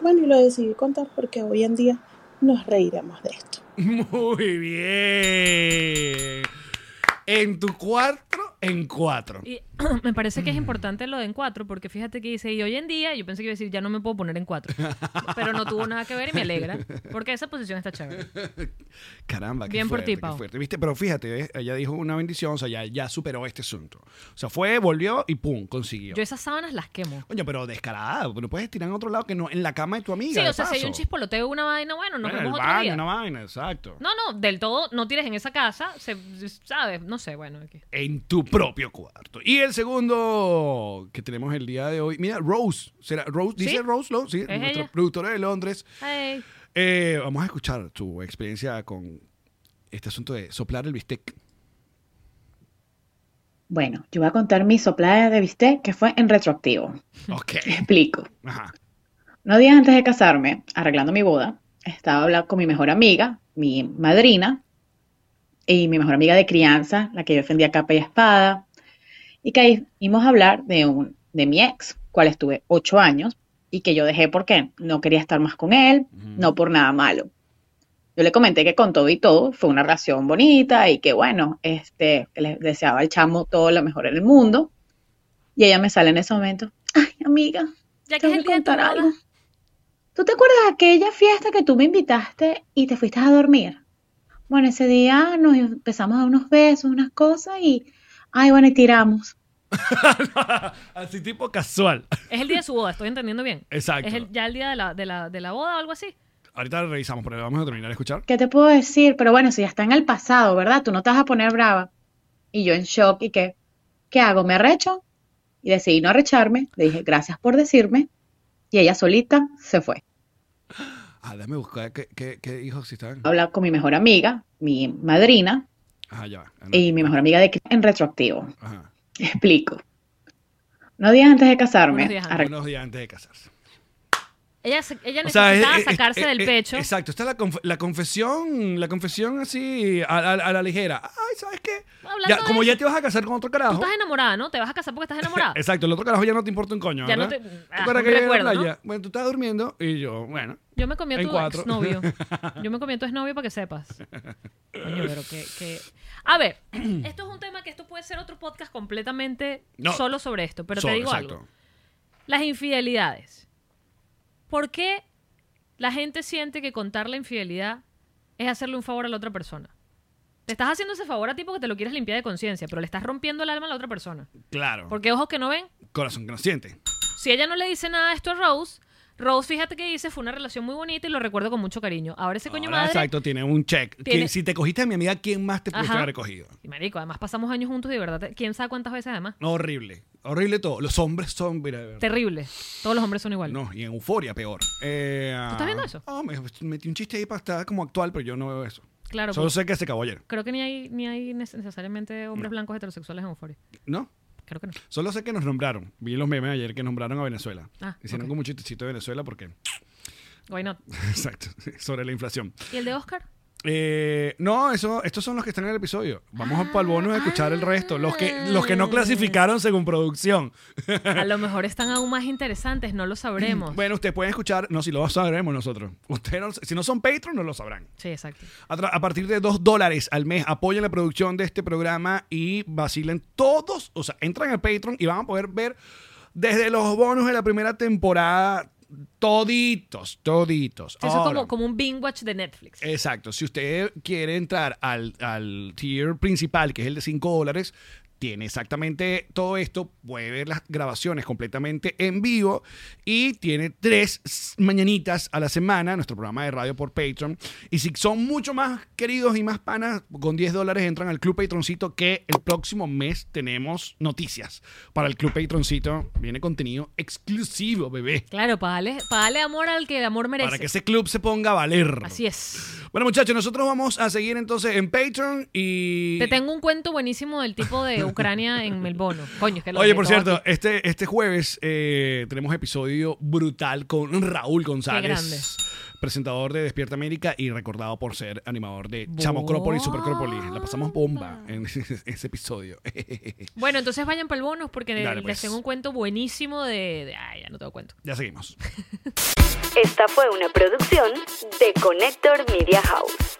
E: Bueno, y lo decidí contar porque hoy en día nos reiremos de esto.
C: Muy bien. En tu cuatro, en cuatro.
D: Y *clears throat* me parece que es importante lo de en cuatro, porque fíjate que dice, y hoy en día, yo pensé que iba a decir, ya no me puedo poner en cuatro. Pero no tuvo nada que ver y me alegra, porque esa posición está chévere.
C: Caramba, qué
D: Bien por
C: fuerte,
D: ti,
C: qué
D: Pau.
C: fuerte. ¿Viste? Pero fíjate, ¿ves? ella dijo una bendición, o sea, ya, ya superó este asunto. O sea, fue, volvió y pum, consiguió.
D: Yo esas sábanas las quemo.
C: Coño, pero descarada, no puedes tirar en otro lado que no en la cama de tu amiga.
D: Sí,
C: de
D: o sea, si hay
C: paso.
D: un chispoloteo, una vaina, bueno, nos
C: Bueno, en el
D: vemos otro
C: baño,
D: día.
C: una vaina, exacto.
D: No, no, del todo no tires en esa casa, se, ¿sabes? No sé, bueno. Aquí.
C: En tu propio cuarto. Y el segundo que tenemos el día de hoy, mira, Rose, será Rose,
D: ¿Sí?
C: dice Rose Lowe, sí, nuestra
D: ella?
C: productora de Londres.
D: Ay,
C: Eh, vamos a escuchar tu experiencia con este asunto de soplar el bistec.
F: Bueno, yo voy a contar mi soplada de bistec que fue en retroactivo.
C: *laughs*
F: *laughs*
C: Ok.
F: Les explico.
C: Ajá.
F: Unos días antes de casarme, arreglando mi boda, estaba hablando con mi mejor amiga, mi madrina, y mi mejor amiga de crianza, la que yo defendía capa y espada, y caímos a hablar de un, de mi ex, cual estuve ocho años y que yo dejé porque no quería estar más con él, no por nada malo. Yo le comenté que con todo y todo fue una relación bonita y que bueno, este, le deseaba al chamo todo lo mejor en el mundo. Y ella me sale en ese momento, ay amiga,
D: Ya que
F: te
D: es el
F: voy a
D: día de tu
F: contar
D: boda.
F: algo. ¿Tú te acuerdas de aquella fiesta que tú me invitaste y te fuiste a dormir? Bueno, ese día nos empezamos a dar unos besos, unas cosas y, ay, bueno, y tiramos.
C: *laughs* Así tipo casual.
D: Es el día de su boda, estoy entendiendo bien.
C: Exacto.
D: Es el- ya el día de la, de, la, de la boda o algo así.
C: Ahorita revisamos, pero vamos a terminar de escuchar.
F: ¿Qué te puedo decir? Pero bueno, si ya está en el pasado, ¿verdad? Tú no te vas a poner brava. Y yo en shock y que, ¿qué hago? ¿Me arrecho? Y decidí no arrecharme. Le dije, gracias por decirme. Y ella solita se fue.
C: Ah, déjame buscar qué, qué, qué hijos si están.
F: Habla con mi mejor amiga, mi madrina
C: Ajá, ya va. Ah, no.
F: y mi mejor amiga de que- en retroactivo.
C: Ajá.
F: Explico. Unos días antes de casarme,
D: Unos días antes.
F: arreglé
C: Unos días antes de casarse.
D: Ella, se- ella
C: O sea, eh,
D: necesitaba
C: es- es-
D: sacarse
C: es-
D: del
C: es-
D: pecho.
C: Exacto, está la, conf- la confesión, la confesión así a, a- a la ligera. Ay, ¿sabes qué?
D: Hablando
C: Ya,
D: de
C: como
D: eso.
C: ya te vas a casar con otro
D: Tú
C: carajo.
D: estás enamorada, ¿no? Te vas a casar
C: *laughs*
D: porque estás enamorada.
C: Exacto, el otro carajo ya no te importa un coño.
D: Ah. Ya no
C: ¿verdad?
D: te-
C: ¿Tú
D: ah,
C: para
D: un
C: qué llegas a la
D: recuerdo, ¿no?
C: playa? Bueno, tú estás durmiendo y yo, bueno.
D: Yo me comí a
C: En
D: tu
C: cuatro. *laughs*
D: exnovio. Yo me comí a tu exnovio para que sepas. Coño, pero que, que- A ver, *clears throat* esto es un tema que esto puede ser otro podcast completamente
C: No.
D: solo sobre esto, pero
C: solo,
D: te digo
C: exacto.
D: algo. Las infidelidades. ¿Por qué la gente siente que contar la infidelidad es hacerle un favor a la otra persona? Te estás haciendo ese favor a ti porque te lo quieres limpiar de conciencia, pero le estás rompiendo el alma a la otra persona.
C: Claro.
D: Porque ojos que no ven,
C: Corazón que no siente.
D: si ella no le dice nada de esto a Rose, Rose, fíjate que dice, fue una relación muy bonita y lo recuerdo con mucho cariño. Ahora ese coño
C: Ahora,
D: madre...
C: Exacto, tiene un check. ¿Quién-
D: Tiene-
C: Si te cogiste a mi amiga, ¿quién más te pudiste
D: Ajá.
C: haber cogido?
D: Y marico, además pasamos años juntos y de verdad, te- quién sabe cuántas veces además.
C: Horrible. Horrible todo. Los hombres son, mira, de verdad.
D: Terrible. Todos los hombres son iguales.
C: No, y en euforia peor. Eh,
D: ¿Tú estás viendo eso?
C: ah, me metí un chiste ahí para estar como actual, pero yo no veo eso.
D: Claro.
C: Solo
D: pues,
C: sé que se acabó ayer,
D: Creo que ni hay, ni hay neces- necesariamente hombres blancos heterosexuales en euforia.
C: ¿no? *laughs*
D: Creo que no.
C: Solo sé que nos nombraron. Vi los memes ayer que nombraron a Venezuela.
D: Ah,
C: Hicieron
D: ok.
C: como un chistecito de Venezuela porque... *laughs*
D: Why not?
C: Exacto, sobre la inflación.
D: ¿Y el de Oscar?
C: Eh, no, eso, estos son los que están en el episodio. Vamos
D: Ah,
C: a al bonus a escuchar el resto. Los que, los que no clasificaron según producción.
D: A lo mejor están aún más interesantes, no lo sabremos.
C: *laughs* Bueno, ustedes pueden escuchar, no, si lo sabremos nosotros. Ustedes, no- si no son Patreon, no lo sabrán.
D: Sí, exacto.
C: A, tra- a partir de 2 dólares al mes apoyen la producción de este programa y vacilen todos, o sea, entran al Patreon y van a poder ver desde los bonos de la primera temporada toditos, toditos.
D: Sí, eso es
C: Ahora, Eh.
D: como, como un binge watch de Netflix.
C: Exacto, si usted quiere entrar al, al tier principal, que es el de 5 dólares, tiene exactamente todo esto, puede ver las grabaciones completamente en vivo y tiene tres s- mañanitas a la semana, nuestro programa de radio por Patreon. Y si son mucho más queridos y más panas, con 10 dólares entran al Club Patroncito que el próximo mes tenemos noticias para el Club Patroncito. Viene contenido exclusivo, bebé.
D: Claro, para darle, pa' darle amor al que el amor merece.
C: Para que ese club se ponga a valer.
D: Así es.
C: Bueno, muchachos, nosotros vamos a seguir entonces en Patreon y.
D: Te tengo un cuento buenísimo del tipo de Ucrania en el bono. Coño, es que lo
C: Oye,
D: dejé
C: por
D: todo
C: cierto,
D: aquí.
C: este, este jueves eh, tenemos episodio brutal con Raúl González.
D: grande.
C: Presentador de Despierta América y recordado por ser animador de Chamocrópolis y Supercrópolis. La pasamos bomba en *laughs* ese episodio. *laughs*
D: Bueno, entonces vayan para el bonus porque
C: Dale,
D: les
C: pues.
D: tengo un cuento buenísimo de, de- Ay, ya no tengo cuento.
C: ya seguimos.
A: Esta fue una producción de Connector Media House.